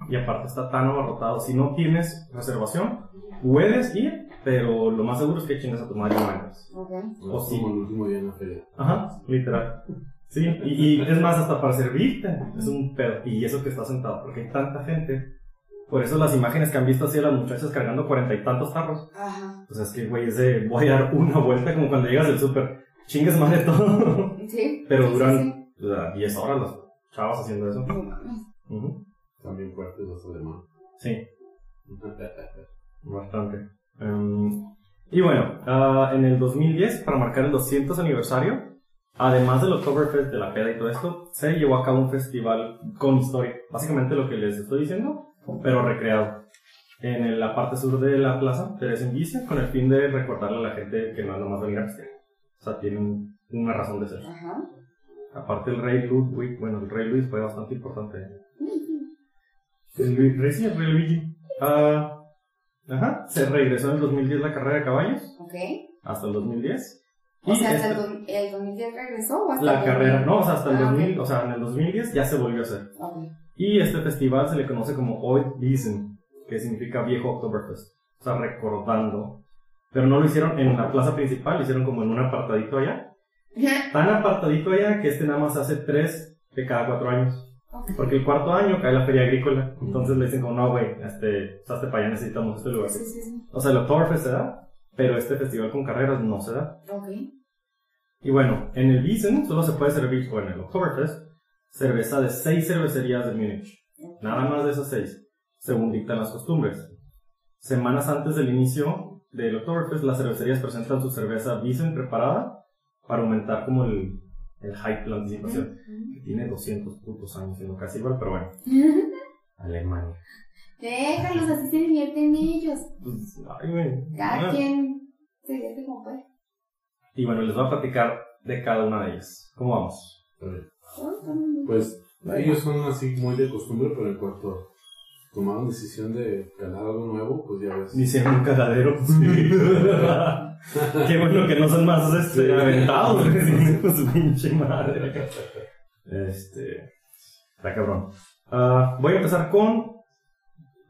S1: Y aparte está tan abarrotado. Si no tienes reservación, puedes ir, pero lo
S3: Ah,
S1: más seguro es que chingas a tu madre y mangas.
S2: Ok.
S3: O sea,
S1: sí.
S3: como el último día en la feria.
S1: Ajá, literal. Sí, y, y es más, hasta para servirte. Es un pedo. Y eso que está sentado, porque hay tanta gente. Por eso las imágenes que han visto así de las muchachas cargando cuarenta y tantos tarros.
S2: Ajá.
S1: Pues es que, güey, es de voy a dar una vuelta como cuando llegas del súper. Chingues más de todo.
S2: Sí.
S1: Pero
S2: sí, sí,
S1: duran-
S2: sí.
S1: Dura 10 horas las chavas haciendo eso.
S2: No mames.
S1: Ujú.
S3: También fuertes los alemanes.
S1: Sí, bastante. Em, y bueno, ah, en el 2010, para marcar el 200 aniversario, además del Oktoberfest, de la peda y todo esto, se llevó a cabo un festival con historia. Básicamente lo que les estoy diciendo, pero recreado. En el- la parte sur de la plaza, Teresa en Vicia, con el fin de recordarle a la gente que no es nomás venir a festejar. O sea, tienen una razón de ser.
S2: Ajá.
S1: Aparte el rey Ludwig, bueno, el rey Luis fue bastante importante. ¿eh?
S2: Ujú.
S1: El Luis Rey, sí, el Rey Luigi. Ah, ajá, se regresó en el 2010 la carrera de caballos,
S2: Ok.
S1: hasta el 2010.
S2: O sea, hasta
S1: esta-
S2: el, do- el 2010 regresó o hasta
S1: Este, la
S2: el
S1: carrera,
S2: 2000?
S1: no, o sea, hasta el
S2: Ah, ok.
S1: 2000, o sea, en el 2010 ya se volvió a hacer.
S2: Ok.
S1: Y este festival se le conoce como Old Wiesen, que significa viejo Oktoberfest, o sea, recordando. Pero no lo hicieron en la plaza principal, lo hicieron como en un apartadito allá. Tan apartadito allá que este nada más hace tres de cada cuatro años.
S2: Ok.
S1: Porque el cuarto año cae la feria agrícola. Entonces le dicen como, no, güey, este, estás para allá, necesitamos este lugar.
S2: Sí, sí, sí.
S1: O sea, el Oktoberfest se da, pero este festival con carreras no se da.
S2: Ok.
S1: Y bueno, en el Wiesen solo se puede servir, o en el Oktoberfest, cerveza de seis cervecerías de Múnich. Nada más de esas seis, según dictan las costumbres. Semanas antes del inicio del Oktoberfest, las cervecerías presentan su cerveza Wiesen preparada para aumentar como el, el hype, la anticipación. Tiene 200 putos años siendo casi igual, pero bueno,
S2: Ujú.
S1: Alemania.
S2: Déjalos, así se divierten ellos.
S1: Pues, ay, güey.
S2: Cada
S1: Ah.
S2: quien se divierte como puede.
S1: Y bueno, les voy a platicar de cada una de ellas. ¿Cómo vamos?
S2: Todos son muy-
S3: Pues ellos son así muy de costumbre, pero en cuanto tomaron decisión de ganar algo nuevo, pues ya ves.
S1: Hicieron un cagadero. Qué bueno que no son más este, aventados. güey. Sí, Pues pinche madre. Este. Está cabrón. Ah, voy a empezar con.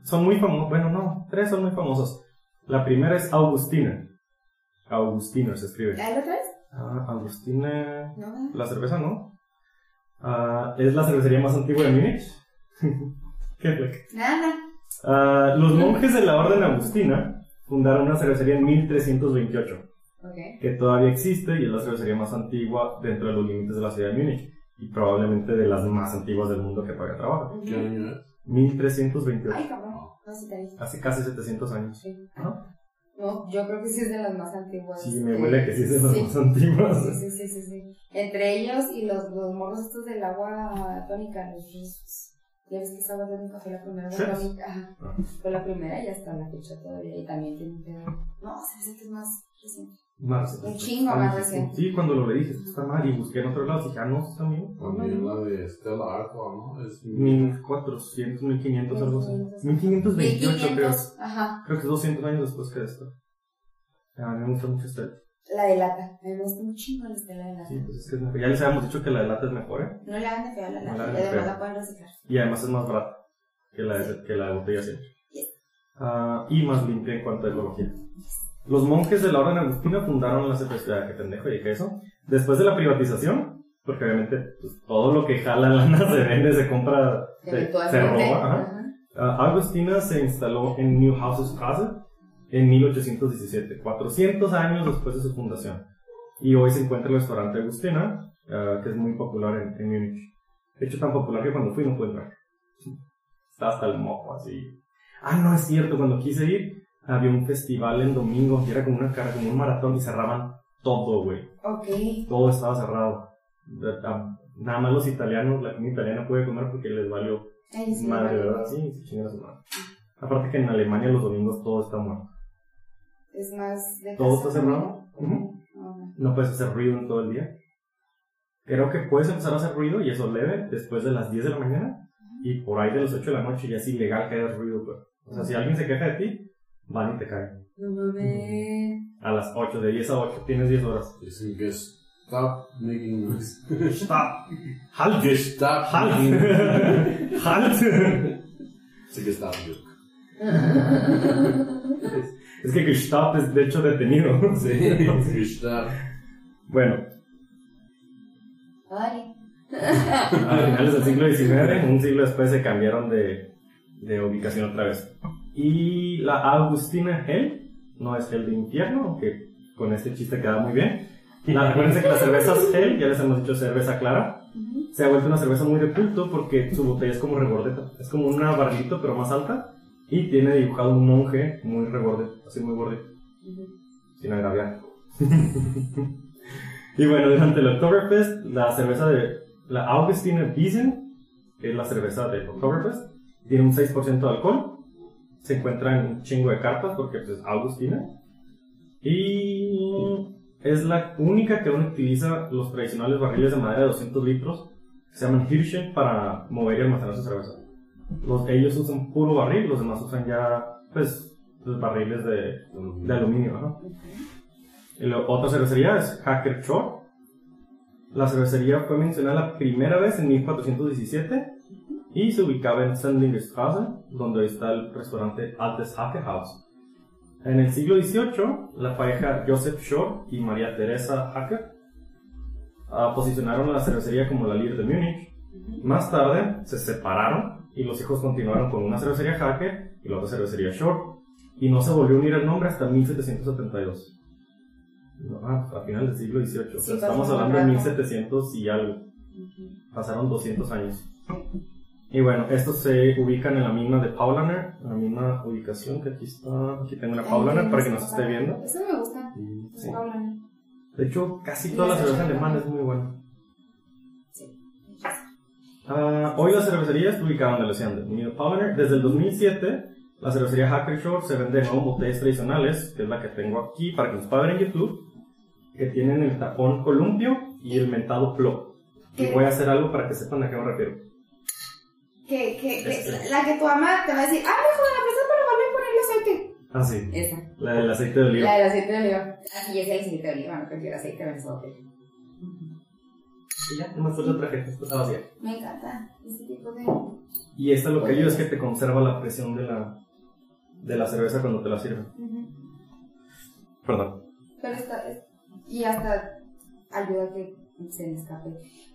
S1: Son muy famosos. Bueno, no, tres son muy famosos. La primera es Augustina. Augustina se escribe.
S2: ¿Hay otra vez?
S1: Ah, Augustina.
S2: No, ¿verdad?
S1: La cerveza, ¿no? Ah, es la cervecería más antigua de Múnich. Qué flex.
S2: Nada.
S1: Ah, los monjes de la Orden Agustina fundaron una cervecería en 1328,
S2: Ok.
S1: que todavía existe y es la cervecería más antigua dentro de los límites de la ciudad de Múnich y probablemente de las más antiguas del mundo que todavía trabaja.
S3: ¿Qué
S2: Ujú.
S3: año es?
S1: 1328,
S2: Ay, cabrón. No sé, tal vez.
S1: hace casi 700 años.
S2: Sí.
S1: Ajá.
S2: No, yo creo que sí es de las más antiguas.
S1: Sí, me
S2: este,
S1: huele a que sí es de las
S2: sí.
S1: más antiguas.
S2: Sí, sí, sí, sí, sí. Entre ellos y los, los morros estos del agua tónica, los rusos. Ya ves que esa agua tónica fue la primera agua
S1: Sí.
S2: tónica. Ajá.
S1: Ah.
S2: Fue la primera y hasta la fecha todavía. Y también tiene un pedo. No, se dice que es más reciente.
S1: Más-
S2: Un chingo más reciente.
S1: Sí, cuando lo leí, dije, "Esto está mal y busqué en otro lado, dije, ah, no, esto también.
S3: También la de Stella Artois, ¿no? Es
S1: 1400, 1500, algo así. 1528, Pues creo.
S2: 1500, Ajá.
S1: Creo que es 200 años después que esto. A mí me gusta mucho este.
S2: La de lata. A mí me gusta un chingo la estela de lata.
S1: Sí, pues es que es mejor. Ya les habíamos dicho que la de lata es mejor, ¿eh?
S2: No la hagan de fea la
S1: No la
S2: lata.
S1: hagan
S2: Y
S1: de
S2: además
S1: fea.
S2: la pueden reciclar.
S1: Y además es más barata que la de, que la de botella siempre.
S2: Yes.
S1: Ah, y más limpia en cuanto a ecología. Los monjes de la Orden Agustina fundaron la cervecería. que pendejo, dije eso. Después de la privatización, porque obviamente pues, todo lo que jala lana se vende, se compra, se, se
S2: Eventualmente.
S1: roba. Ajá.
S2: Ajá.
S1: Ah, Agustina se instaló en Newhousestrasse en 1817, 400 años después de su fundación. Y hoy se encuentra el restaurante Agustina, ah, que es muy popular en, en Múnich. De hecho, tan popular que cuando fui no pude entrar. Está hasta el moco así. Ah, no es cierto, cuando quise ir había un festival en domingo que era como una cara, como un maratón y cerraban todo, güey
S2: Ok.
S1: todo estaba cerrado. De- a- Nada más los italianos, la comida italiana puede comer porque les valió
S2: Ay, sí,
S1: madre,
S2: vale.
S1: ¿verdad? Sí, se chingaron su madre. Aparte que en Alemania los domingos todo está muerto.
S2: Es más de
S1: Todo
S2: casa,
S1: está cerrado.
S2: ¿no?
S1: Ujú.
S2: Ajá.
S1: No puedes hacer ruido en todo el día. Creo que puedes empezar a hacer ruido y eso leve después de las 10 de la mañana y por ahí de las 8 de la noche ya es ilegal que hagas ruido. pues. O sea, si alguien se queja de ti, van y te caen.
S2: No mames.
S1: A las 8, de 10 a 8, tienes 10 horas.
S3: Dicen que es Stop Making Noise.
S1: Stop. Halt.
S3: Stop
S1: Ah.
S3: Making
S1: Halt. Halt.
S3: Sí que está bien.
S1: Es que Gestapo es de hecho detenido.
S3: Sí, es que está.
S1: Bueno.
S2: Órale.
S1: A finales del siglo XIX, un siglo después se cambiaron de, de ubicación otra vez. Y la Agustina Hell, no es Hell de infierno, aunque con este chiste queda muy bien. La, acuérdense que las cervezas Hell, ya les hemos dicho cerveza clara,
S2: Ujú.
S1: se ha vuelto una cerveza muy de culto porque su botella es como regordeta. Es como una barrilito, pero más alta. Y tiene dibujado un monje muy regorde, así muy gordito
S2: Ujú.
S1: sin agraviar. y bueno, durante el Oktoberfest, la cerveza de la Augustine Wiesen, que es la cerveza de Oktoberfest, tiene un 6% de alcohol. Se encuentra en un chingo de cartas porque pues, es Augustina. Y es la única que aún utiliza los tradicionales barriles de madera de 200 litros que se llaman Hirschen para mover y almacenar su cerveza. Los, ellos usan puro barril, los demás usan ya pues, los barriles de, de aluminio, ¿no? Y la otra cervecería es Hacker Shore. La cervecería fue mencionada la primera vez en 1417 y se ubicaba en Sendingerstraße, donde está el restaurante Altes Hackerhaus. En el siglo XVIII, la pareja Joseph Shore y María Teresa Hacker ah, posicionaron la cervecería como la líder de Múnich. Más tarde se separaron y los hijos continuaron con una cervecería Hacker y la otra cervecería Shore y no se volvió a unir el nombre hasta 1772. No, ah, a finales del siglo XVIII. o sea,
S2: Sí, pasó
S1: estamos
S2: muy
S1: hablando de
S2: rápido.
S1: 1700 y algo. Pasaron 200 años. Y bueno, estos se ubican en la misma de Paulaner, en la misma ubicación que aquí está. Aquí tengo una Paulaner para que nos esté viendo.
S2: Eso me gusta.
S3: Mm.
S2: Los
S1: Sí.
S2: Paulaner.
S1: De hecho, casi toda la cerveza alemana es muy buena. Ah, hoy las cervecerías se ubicaban en el New Pioneer. Desde el 2007, la cervecería Hacker Shore se vende en botellas tradicionales, que es la que tengo aquí para que nos paguen en YouTube, que tienen el tapón columpio y el mentado plop. Y
S2: ¿Qué?
S1: voy a hacer algo para que sepan a qué me refiero.
S2: Que, que, que-
S1: Este.
S2: la que tu ama te va a decir, ah, me joder, la presa para volver a ponerle aceite.
S1: Ah, sí,
S2: Esa,
S1: la del aceite de oliva.
S2: la del aceite de oliva. Así es el aceite de oliva, no prefiero aceite de benzoate.
S1: Y ya, no me falta otra que está vacía.
S2: Me encanta ese tipo de.
S1: Y esta lo que ayuda es que te conserva la presión de la, de la cerveza cuando te la sirven.
S2: Ujú.
S1: Perdón.
S2: Pero está. es- Y hasta ayuda a que se le escape.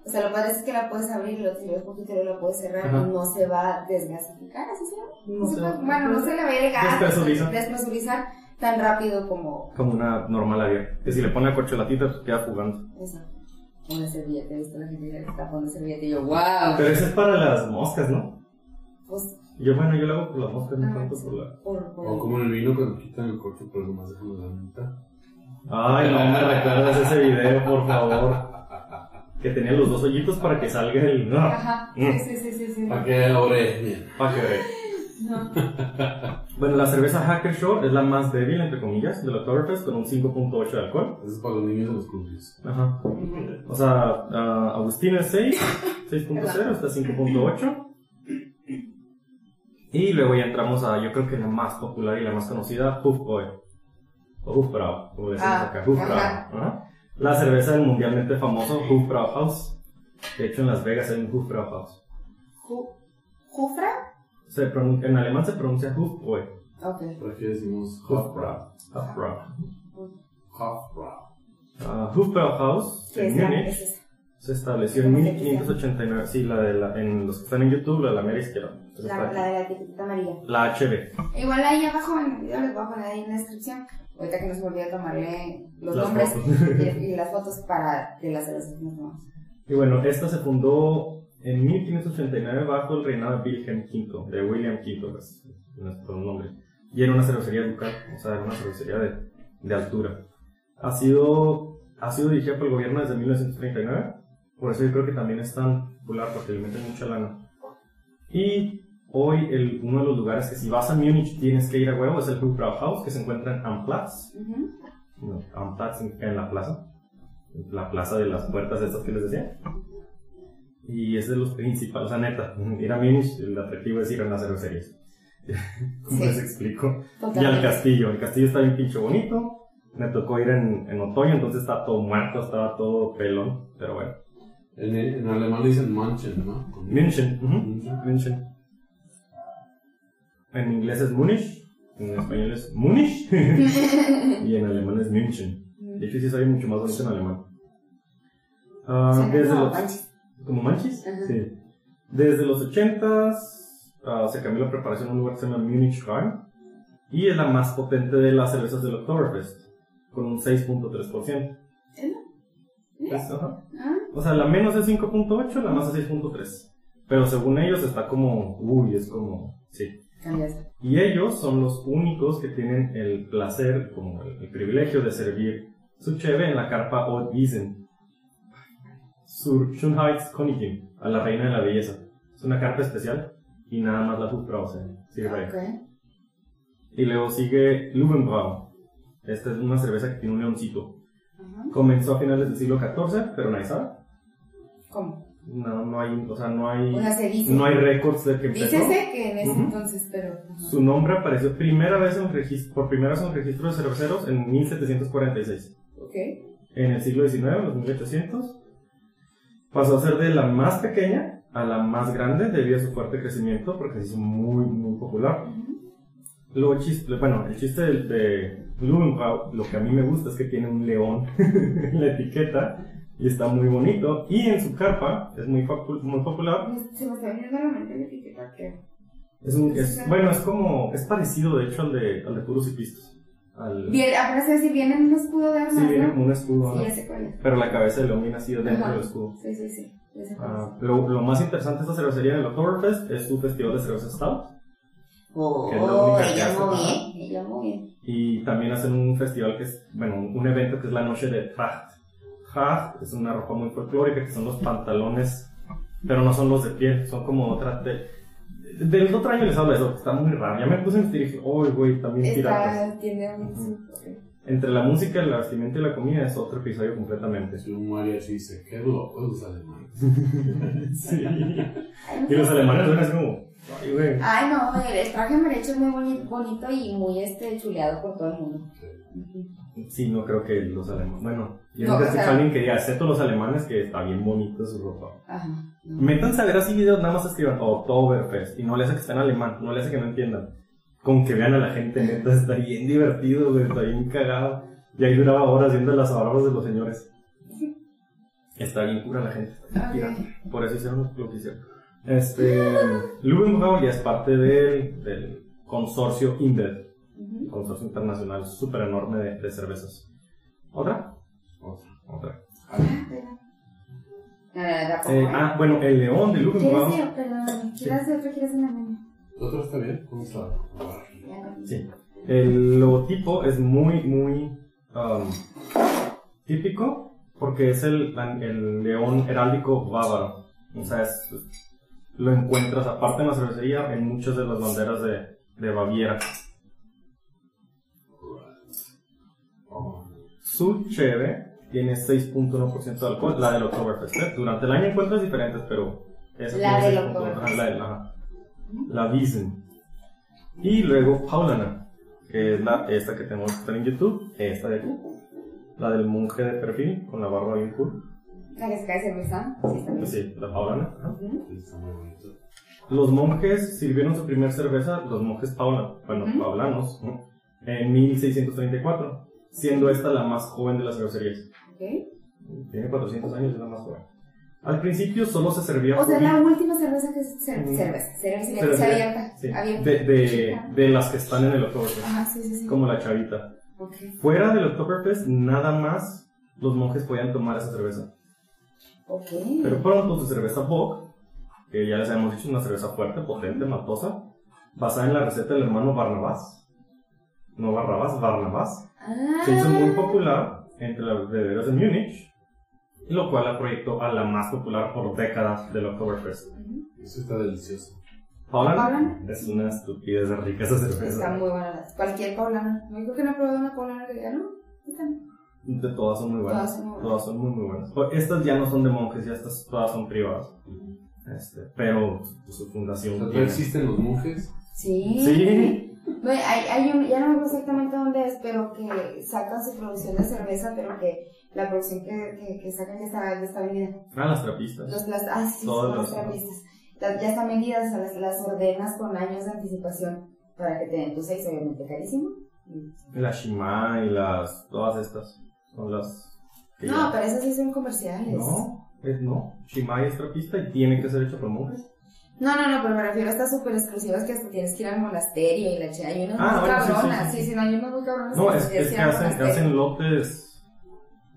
S2: O sea, lo padre es que la puedes abrir, lo tiras poquito y la puedes cerrar
S1: Ajá.
S2: y no se va a desgasificar, así se llama. No
S1: se
S2: se va-
S1: va-
S2: bueno, no se le va a ir el gas.
S1: Despresuriza.
S2: despresurizar tan rápido como
S1: Como una normal abierta. Que si le pone la corcholatita, pues queda jugando.
S2: eso. Una servilleta, he visto la gente que está poniendo servilleta y yo, wow.
S1: Pero eso es para las moscas, ¿no?
S2: Pues
S1: Yo, bueno, yo lo hago por las moscas, no
S2: Ah,
S1: tanto
S2: sí.
S1: por la...
S2: por, por
S3: O como en el vino cuando quitan el corcho, pero nomás dejan la mitad.
S1: Ay, no me recuerdas ese video, por favor. Que tenía los dos hoyitos para que salga el... ¡Ah!
S2: Ajá,
S1: Mm.
S2: sí, sí, sí, sí, sí.
S3: Para que ahora bien.
S1: Pa' que ve.
S2: No.
S1: Bueno, la cerveza Hacker Shore es la más débil, entre comillas, de la Oktoberfest, con un 5.8 de alcohol.
S3: Eso es para los niños de los clubes.
S1: Ajá. O sea, ah, Agustina es 6, 6.0, está 5.8. Y luego ya entramos a, yo creo que la más popular y la más conocida, Hufboy. O Hufbrau, como le decimos
S2: Ah,
S1: acá, Hufbrau.
S2: ajá.
S1: ajá. La cerveza del mundialmente famoso Hufbrau House. De hecho, en Las Vegas hay un Hufbrau House.
S2: Ju- ¿Jufra?
S1: Se pronun- en alemán se pronuncia Hufboy.
S2: Ok.
S3: ¿Para qué decimos Hofbrau?
S1: Hufbrau. Hufbrau.
S2: pues,
S3: Hofbrau.
S1: Ah, Hufbrau House
S2: ¿Qué
S1: en
S2: es la-
S1: Múnich
S2: es esa?
S1: se estableció en 1589. Sí, la de la, en los que están en YouTube, la de la mera izquierda. Esa está
S2: La,
S1: aquí.
S2: la de la etiqueta amarilla.
S1: La HB.
S2: Igual ahí abajo en el video les voy a poner ahí en la descripción. Ahorita que nos volvió a tomarle los
S1: Las
S2: nombres
S1: fotos.
S2: y, y las fotos para de las cervezas que nos tomamos.
S1: Y bueno, esta se fundó en 1589 bajo el reinado de Wilhelm V, de William V, pues, nuestro nombre. Y era una cervecería ducal, o sea, era una cervecería de, de altura. Ha sido, ha sido dirigida por el gobierno desde 1939, por eso yo creo que también es tan popular porque le meten mucha lana. Y hoy el, uno de los lugares que si vas a Múnich tienes que ir a huevo es el Hofbrauhaus, House que se encuentra en Amplatz.
S2: Ujú.
S1: No, Amtrak significa en la plaza. La plaza de las puertas estas que les decía. Y es de los principales, o sea, neta, ir a Múnich, el atractivo es ir a las cervecerías. ¿Cómo
S2: Sí.
S1: les explico? Y al
S2: Totalmente.
S1: castillo, el castillo está bien pinche bonito. Me tocó ir en, en otoño, entonces estaba todo muerto, estaba todo pelón, pero bueno.
S3: En, en alemán le dicen Manchen, ¿no? Con-
S1: München, ujú,
S3: München.
S1: München. En inglés es Múnich, en español es Múnich y en alemán es München. De hecho, sí soy mucho más bonito en alemán. Ah,
S2: Suena
S1: desde
S2: como
S1: los,
S2: Banshee.
S1: ¿Como manchis?
S2: Ajá.
S1: Sí. Desde los 80s ah, se cambió la preparación a un lugar que se llama Munich Rhein y es la más potente de las cervezas del Oktoberfest, con un 6.3%.
S2: ¿Eh?
S1: Pues, ajá.
S2: Ah,
S1: O sea, la menos es 5.8, la más es 6.3. Pero según ellos está como, uy, es como, sí.
S2: cambiaste.
S1: Y ellos son los únicos que tienen el placer, como el, el privilegio de servir su cheve en la carpa Old Wiesen. Sur Schönheitskönigin, a la reina de la belleza. Es una carpa especial y nada más la Hufbrause. Sí, rey.
S2: Ah, Ok.
S1: Y luego sigue Lubenbrau. Esta es una cerveza que tiene un leoncito.
S2: Ajá.
S1: Comenzó a finales del siglo XIV, pero nadie sabe.
S2: ¿Cómo?
S1: No, no hay, o sea, no hay,
S2: O sea, se dice.
S1: no hay récords de que empezó.
S2: Dícese que en ese
S1: Ujú.
S2: entonces, pero. ajá.
S1: Su nombre apareció primera vez en registro, por primera vez en un registro de cerveceros en 1746.
S2: Ok.
S1: En el siglo XIX, en los 1800, pasó a ser de la más pequeña a la más grande debido a su fuerte crecimiento porque se hizo muy, muy popular.
S2: Ujú.
S1: Lo chiste, bueno, el chiste de, de Blumenau, lo que a mí me gusta es que tiene un león en la etiqueta y está muy bonito. Y en su carpa es muy, popu- muy popular.
S2: Se me está viniendo a la mente la etiqueta que.
S1: Es un- es- bueno, es como, es parecido de hecho al de, al de puros y pistos. Al,
S2: Bien, ah, apenas decir, viene en un escudo de armas,
S1: Sí, viene
S2: ¿no?
S1: como un escudo,
S2: Sí,
S1: ¿no?
S2: ya sé cuál es.
S1: pero la cabeza del hombre ha sido dentro
S2: Ajá.
S1: del escudo.
S2: Sí, sí, sí. Ya sé cuál es.
S1: Ah, lo, lo más interesante de esta cervecería del Oktoberfest es su festival de cervezas stout
S2: Oh,
S1: que es la única que
S2: ella
S1: hace,
S2: muy
S1: ajá.
S2: bien, ella muy bien.
S1: y también hacen un festival que es, bueno, un evento que es la noche de Tracht. Tracht es una ropa muy folclórica que son los pantalones, pero no son los de piel, son como otra de... Del otro año les hablo de eso, que está muy raro. Ya me puse a vestir y dije, uy, güey, también piratas.
S2: Está, tiene un...
S1: Ujú.
S2: ok.
S1: Entre la música, el vestimenta y la comida es otro episodio completamente.
S3: Es un mariachi dice, qué locos los alemanes.
S1: Sí.
S2: Ay, no
S1: Y los
S2: sé.
S1: alemanes son así como, ay, güey.
S2: Ay, no, el el traje marecho es muy boni- bonito y muy este chuleado por todo el mundo. Ujú.
S1: Sí, no creo que los alemanes. Bueno, yo
S2: No,
S1: nunca he
S2: o sea-
S1: escuchado a alguien que diga, excepto los alemanes, que está bien bonita su ropa.
S2: Ajá. no.
S1: Métanse a ver así videos, nada más escriban "Oh, Oktoberfest y no le hace que está en alemán, no le hace que no entiendan. Con que vean a la gente, neta, está bien divertido, güey, está bien cagado. Y ahí duraba horas viendo las palabras de los señores. Está bien cura la gente. está bien pirata.
S2: Ok.
S1: Por eso hicieron lo que hicieron. Este. Lubenau ya es parte del, del consorcio InBev.
S2: Ujú.
S1: consorcio internacional súper enorme de, de cervezas. ¿Otra? Otra.
S2: Ah, pero- No, no, no, tampoco,
S1: Eh,
S2: ¿eh?
S1: ah, bueno, el león de
S2: ¿Quieres
S1: Lubenbaum.
S2: de- perdón, ¿quieres de otro? ¿Quieres de una mano?
S3: ¿Otro está bien? ¿Cómo está?
S2: Ya no.
S1: Sí. El logotipo es muy, muy um, típico porque es el, el león heráldico bávaro. O sea, es- lo encuentras aparte en la cervecería en muchas de las banderas de, de Baviera.
S3: Oh,
S1: Su cheve tiene 6.1% de alcohol, la del Oktoberfest. ¿eh? Durante el año encuentras diferentes, pero esa
S2: La
S1: tiene
S2: del
S1: 6.1, ajá,
S2: Oktoberfest.
S1: La, del- ajá. la Wiesen. Y luego Paulana, que es la, esta que tenemos que estar en YouTube, esta de aquí. La del monje de perfil, con la barba bien cool. pues
S2: ¿La que se cae cerveza? Sí, está bien.
S1: Sí, la Paulana. ajá.
S2: Ujú.
S3: está muy bonito.
S1: Los monjes sirvieron su primer cerveza, los monjes Paula, bueno,
S2: Ujú.
S1: paulanos, ¿no? en 1634, siendo esta la más joven de las cervecerías.
S2: Ok.
S1: Tiene 400 años, es la más joven. Al principio solo se servía
S2: O sea,
S1: jugo-
S2: la última cerveza que se
S1: Ujú.
S2: cerveza, cerveza, cerveza,
S1: Cerveza.
S2: cerveza abierta,
S1: sí,
S2: abierta.
S1: de, de-
S2: Ajá.
S1: de las que están en el Oktoberfest,
S2: Ajá, sí, sí, sí.
S1: como la chavita.
S2: Ok.
S1: Fuera del Oktoberfest, nada más los monjes podían tomar esa cerveza.
S2: Ok.
S1: Pero pronto su cerveza Bock, que ya les habíamos dicho, es una cerveza fuerte, potente, matosa, basada en la receta del hermano Barnabás. No Barrabás, Barnabás.
S2: Ah.
S1: se hizo muy popular entre las bebederas de Múnich, lo cual la proyectó a la más popular por décadas del Oktoberfest.
S2: Ujú.
S3: Eso está delicioso.
S1: Paula
S2: Paulaner.
S1: es una estupidez de rica esa
S2: Está
S1: cerveza.
S2: muy buena. la- Cualquier poblana. No digo que no he probado una poblana que diga, no. esta no.
S1: De todas son muy buenas.
S2: Todas son muy buenas.
S1: Todas son muy muy buenas. O- Estas ya no son de monjes, ya estas todas son privadas. Este, pero su
S3: O sea,
S1: fundación
S3: todavía
S1: tiene.
S3: existen los monjes.
S2: Sí.
S1: Sí.
S2: Ve, Hay, hay un, ya no me acuerdo exactamente dónde es, pero que sacan su producción de cerveza, pero que la producción que, que, que sacan ya está, ya está vendida.
S1: Ah, las trapistas.
S2: Los, las, ah, sí,
S1: Todas
S2: son
S1: las-
S2: las trapistas. Las- ya están vendidas, o sea, las, las ordenas con años de anticipación para que te den tus seis, obviamente carísimo.
S1: La Shima y las. Todas estas. Son las. que
S2: No,
S1: ya-
S2: pero esas sí son comerciales.
S1: No, es no. Shimai es trapista y tiene que ser hecho por monjes.
S2: No, no, no, pero me refiero a estas super exclusivas que hasta tienes que ir al monasterio y la chida. Hay unas
S1: Ah,
S2: muy
S1: bueno, sí, sí,
S2: cabronas.
S1: sí,
S2: Sí,
S1: sí.
S2: sí, no, hay unas muy cabronas.
S1: No,
S2: que
S1: es,
S2: tienes
S1: es
S2: ir
S1: que
S2: al
S1: hacen,
S2: monasterio.
S1: hacen lotes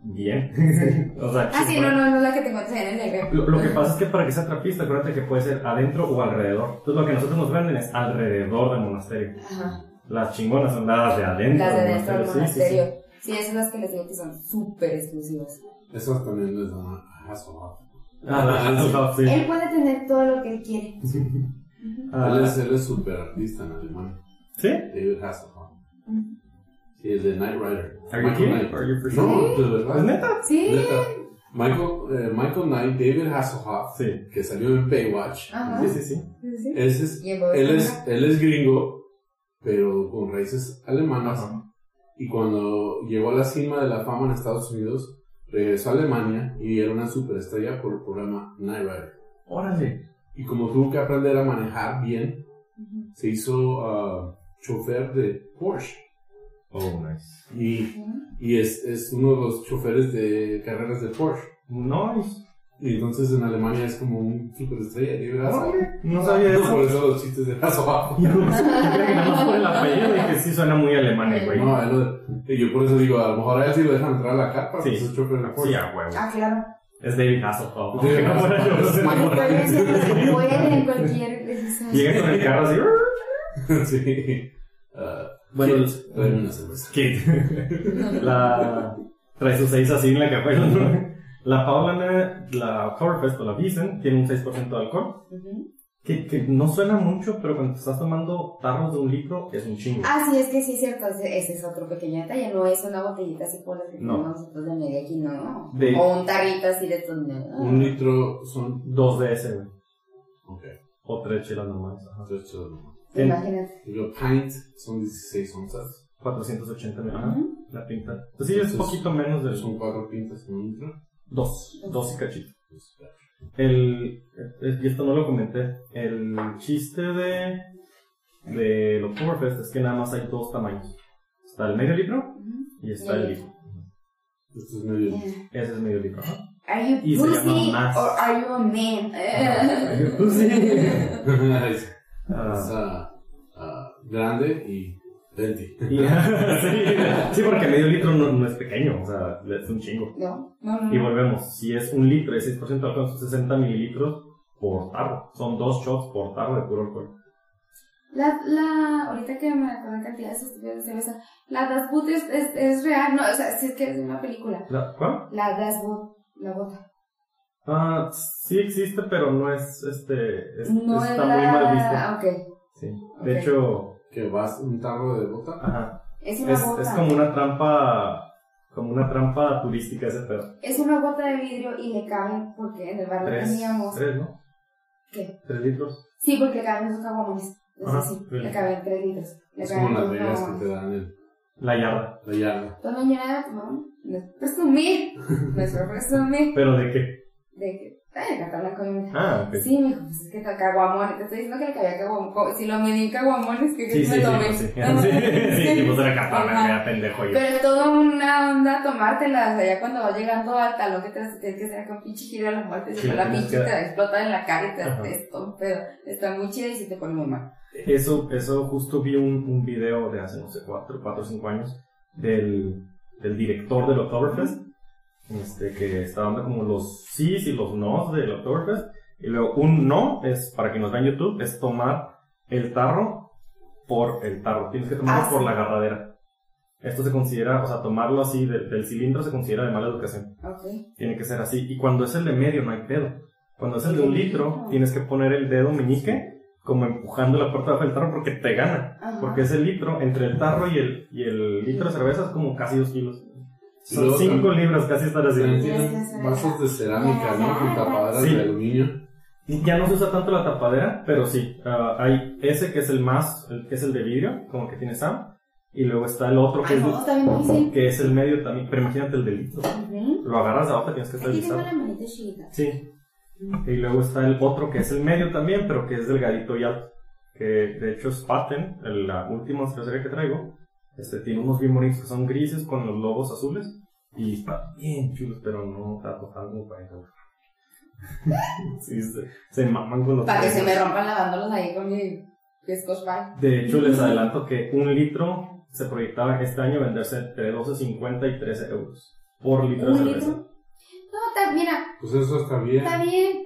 S1: bien. o sea,
S2: Ah, sí,
S1: Shimai-
S2: no, no, no es la que te encuentras en el negro.
S1: Lo, lo que pasa es que para que sea trapista, acuérdate que puede ser adentro o alrededor. Entonces lo que nosotros nos venden es alrededor del monasterio.
S2: Ajá.
S1: Las chingonas son las de adentro.
S2: Las de
S1: del
S2: dentro del
S1: monasterio, sí, sí, sí.
S2: monasterio. Sí, esas son las que les digo que son súper exclusivas.
S3: Esas también les dan a Hasselhoff.
S1: Ah, las de Hasselhoff, sí.
S2: Él puede tener todo lo que él quiere.
S1: Ah,
S3: Él es, él es super artista en alemán.
S1: ¿Sí?
S3: David Hasselhoff.
S2: Ujú.
S3: Sí, el de Knight Rider.
S1: Are you kidding?
S3: Knight.
S1: Are you for sure?
S3: No, de
S1: ¿Es
S3: verdad.
S1: neta?
S2: Sí.
S3: Neta. Michael, eh, Michael Knight, David Hasselhoff,
S1: Sí.
S3: que salió en Baywatch.
S2: Ajá.
S1: Sí, sí, sí.
S2: Sí, sí.
S3: Ese es-
S2: Y en Bob
S3: él,
S2: Esponja.
S3: es, él es gringo, pero con raíces alemanas.
S1: Ajá.
S3: Y cuando llegó a la cima de la fama en Estados Unidos, regresó a Alemania y era una superestrella por el programa Night Rider.
S1: Órale.
S3: Y como tuvo que aprender a manejar bien, se hizo ah, chofer de Porsche.
S1: Oh, nice.
S3: Y,
S2: Ujú.
S3: y es, es uno de los choferes de carreras de Porsche.
S1: Nice.
S3: Y entonces en Alemania es como un superestrella. Y yo, "Ah,
S1: Órale. No sabía
S3: no,
S1: eso.
S3: por eso los chistes de Razo abajo.
S1: Yo no sé, yo creo que nada más por el apellido y que sí suena muy alemán el güey.
S3: No, él no- y yo por eso digo, a lo mejor a él sí lo dejan entrar a la carpa,
S1: Sí.
S3: pues es chofer de
S1: Sí,
S3: Porsche.
S1: a huevo.
S2: Ah, claro.
S1: Es David Hasselhoff.
S3: David
S1: Aunque no fuera yo.
S3: Hasselhoff.
S2: Yo también siento que Voy a tener cualquier. esas-
S1: Llega con el carro así. "Urr".
S3: sí. Ah,
S1: Bueno,
S3: sí, tráeme una cerveza.
S1: Kit. la trae su 6 así en la capela. La Paulana, la Oktoberfest o la Wiesen tiene un 6% de alcohol.
S2: Ujú.
S1: Que, que no suena mucho, pero cuando te estás tomando tarros de un litro es un chingo.
S2: Ah, sí, es que sí es cierto, ese, ese es otro pequeño detalle, no es una botellita así por las que
S1: No.
S2: tenemos nosotros de media aquí, no.
S1: De-
S2: O un tarrito así de estos, no.
S3: Un litro son.
S1: Dos de ese, güey.
S3: Ok,
S1: O tres chelas normales. Ajá.
S3: tres chelas nomás.
S1: en-
S2: Imagínate.
S3: Y lo pint son 16 onzas.
S1: 480 mil. Ajá.
S2: Ujú.
S1: La pinta. Pues sí, es
S3: Entonces,
S1: poquito menos del.
S3: Son cuatro pintas en un litro.
S1: Dos. Dos y cachito.
S3: Pues, claro.
S1: El, es- y esto no lo comenté, el chiste de, de los Oktoberfest es que nada más hay dos tamaños. Está el medio libro
S2: Ujú.
S1: y está el libro.
S3: Esto es medio.
S2: Yeah.
S1: Ese es medio libro. ajá.
S2: Are you
S1: Y se llama
S2: pussy
S1: más.
S2: or are you a man? Eh.
S1: Pues sí.
S3: es es,
S1: Ah,
S3: ah, ah, grande y venti.
S1: y- sí, sí, porque medio litro no, no es pequeño, o sea, es un chingo.
S2: No, no, no.
S1: Y
S2: no.
S1: volvemos, si es un litro, es 6% de alcohol, son 60 mililitros por tarro. Son dos shots por tarro de puro alcohol.
S2: La, la, ahorita que me acuerdo cantidad de estupideces de cerveza, la Das Boot es, es, es real, no, o sea, si es que es una película.
S1: ¿La- ¿Cuál?
S2: La Das Boot, la bota.
S1: Ah, sí existe, pero no es, este, es-
S2: No
S1: está
S2: es
S1: muy
S2: la-
S1: mal visto.
S2: Ah, ok.
S1: Sí.
S2: Ok.
S1: De hecho,
S3: Que vas un tarro de bota.
S1: ajá.
S2: Es una
S1: Es,
S2: bota.
S1: es como una trampa, como una trampa turística ese pedo.
S2: Es una gota de vidrio y le caben, porque en el barrio
S1: Tres,
S2: teníamos.
S1: tres, ¿no?
S2: ¿Qué?
S1: Tres litros.
S2: Sí, porque le caben dos caguamas.
S1: Ajá,
S2: Entonces sí,
S1: really.
S2: le caben tres litros. Le
S3: Es
S2: caben
S3: como las
S2: dos
S3: vegas que
S2: caguamas.
S3: te dan el,
S1: La yarda.
S3: la yarda.
S2: Entonces mañana tomamos. No es presumir. No es presumir.
S1: ¿Pero de qué?
S2: De que. Ay, la tabla con
S1: Ah, ok.
S2: Sí, me dijo, pues es que ca- caguamones. Te estoy diciendo que le cabía caguamones. Si lo medí en caguamones, que
S1: Sí, sí,
S2: me
S1: sí,
S2: tomé.
S1: no, sí. Sí, sí, sí, pues era capaz,
S2: Ajá.
S1: era pendejo yo.
S2: Pero es toda una onda tomártela, o sea, ya cuando vas llegando al talón que te las tienes que hacer con pinche giro a la muerte,
S1: Sí,
S2: si no la
S1: tienes
S2: pinche
S1: que-
S2: te la explota en la cara y te
S1: Ajá.
S2: haces todo un pedo. Está muy chida y si te pone muy mal.
S1: Eso, eso justo vi un, un video de hace, no sé, 4 o 5 años del, del director del Oktoberfest, este, que estaba dando como los sís y los nos del Oktoberfest, y luego un no es, para que nos vean en YouTube, es tomar el tarro por el tarro, tienes que tomarlo
S2: Ah,
S1: por
S2: sí.
S1: la agarradera. Esto se considera, o sea, tomarlo así del, del cilindro se considera de mala educación,
S2: Ok.
S1: tiene que ser así, y cuando es el de medio no hay pedo, cuando es el de un litro tienes que poner el dedo meñique como empujando la puerta del tarro porque te gana.
S2: Ajá.
S1: Porque ese litro, entre el tarro y el, y el litro de cerveza, es como casi dos kilos. Son
S3: luego
S1: cinco
S3: también-
S1: libras casi estar así.
S3: También
S2: Tienes que
S3: tienen
S2: hacer
S3: vasos de cerámica, ¿no? Con tapaderas
S1: Sí.
S3: de aluminio.
S1: Y Ya no se usa tanto la tapadera, pero sí. ah, hay ese que es el más, el que es el de vidrio, como que tiene Sam. Y luego está el otro que,
S2: Ay,
S1: es,
S2: no, está bien difícil.
S1: que es el medio también. Pero imagínate el de litro.
S2: Ujú.
S1: Lo agarras de abajo, tienes que
S2: Aquí tengo
S1: estabilizar.
S2: la manita chiquita.
S1: Sí. Y luego está el otro que es el medio también, pero que es delgadito y alto. Que de hecho es Paten, el- la última cervecería que traigo. Este tiene unos bien bonitos que son grises con los lobos azules. Y está bien chulos, pero no tanto algo para encontrar. sí, se, se maman con los
S2: Para que se
S1: precios.
S2: me rompan lavándolos ahí con mi Scotch Brite.
S1: De hecho, les adelanto que un litro se proyectaba este año venderse entre 12.50 y 13 euros por litro de
S2: ¿Un
S1: cerveza.
S2: litro? No, está, mira,
S3: Pues eso está bien.
S2: está bien.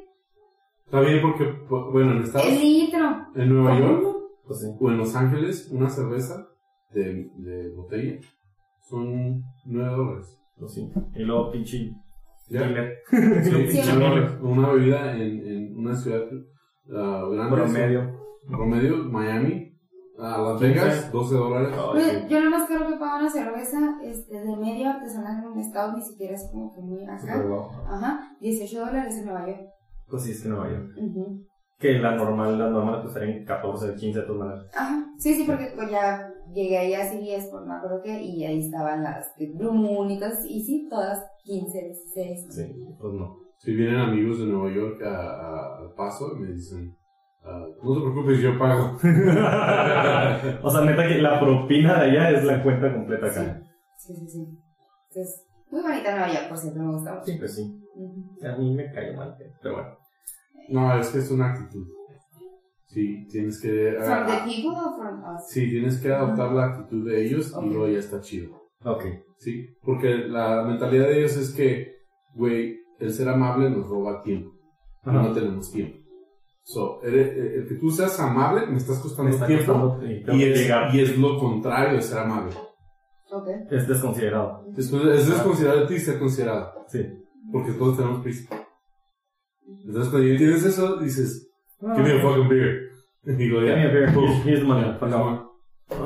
S3: Está bien porque, bu- bueno, en Estados
S2: El litro.
S3: en Nueva York
S1: Pues sí.
S3: o en Los Ángeles, una cerveza de, de botella son 9 dólares.
S1: Pues sí. Y luego pinche
S3: Ya.
S1: dealer.
S3: Sí,
S1: Pinche
S2: Sí.
S1: dealer.
S3: Una bebida en, en una ciudad ah, grande.
S1: Promedio.
S3: Promedio, Miami. A Las
S1: 15.
S3: Vegas, 12 dólares.
S1: Ay,
S2: Yo,
S1: sí.
S2: yo lo más caro que pago una cerveza este, de medio artesanal en un estado ni siquiera es como que muy
S1: Súper
S2: acá.
S1: guau.
S2: Ajá, 18 dólares en Nueva York.
S1: Pues sí, es que Nueva York.
S2: Ujú.
S1: Que la normal, las normales pues serían 14, 15 de todas maneras.
S2: Ajá, sí, sí, porque pues, ya llegué ahí a CBS por no creo pues, que y ahí estaban las de Blue Moon y todas, y sí, todas 15, 16.
S1: Sí, pues no.
S3: Si vienen amigos de Nueva York a, a- al paso y me dicen, ah, no te preocupes, yo pago.
S1: o sea, neta que la propina de allá es la cuenta completa acá.
S2: Sí, sí, sí. Entonces, muy bonita Nueva York, por cierto, me gusta mucho.
S1: Pues sí.
S2: Ujú.
S1: A mí me cae mal. Pero bueno.
S3: No, es que es una actitud. Sí, tienes que...
S2: ¿From the
S3: ah,
S2: people or from us?
S3: sí, tienes que adoptar la actitud de ellos
S2: Ok.
S3: y luego ya está chido.
S1: Ok.
S3: Sí, porque la mentalidad de ellos es que, güey, el ser amable nos roba tiempo. y
S1: Ajá.
S3: No tenemos tiempo. So, eres- el, el que tú seas amable me estás
S1: Me
S3: costando
S1: está
S3: tiempo.
S1: costando y tengo
S3: Y
S1: que
S3: es,
S1: llegar.
S3: y es lo contrario de ser amable.
S2: Ok.
S1: Es desconsiderado.
S3: Después es desconsiderado de ti ser considerado.
S1: Sí.
S3: Porque todos tenemos prisa. Entonces cuando ya tienes eso, dices, give me a fucking beer. Y digo,
S1: Ah. Give me
S3: ya.
S1: a beer.
S3: Pum.
S1: Here's- here's the money.
S3: Ya,
S1: Fuck
S3: ya,
S1: off.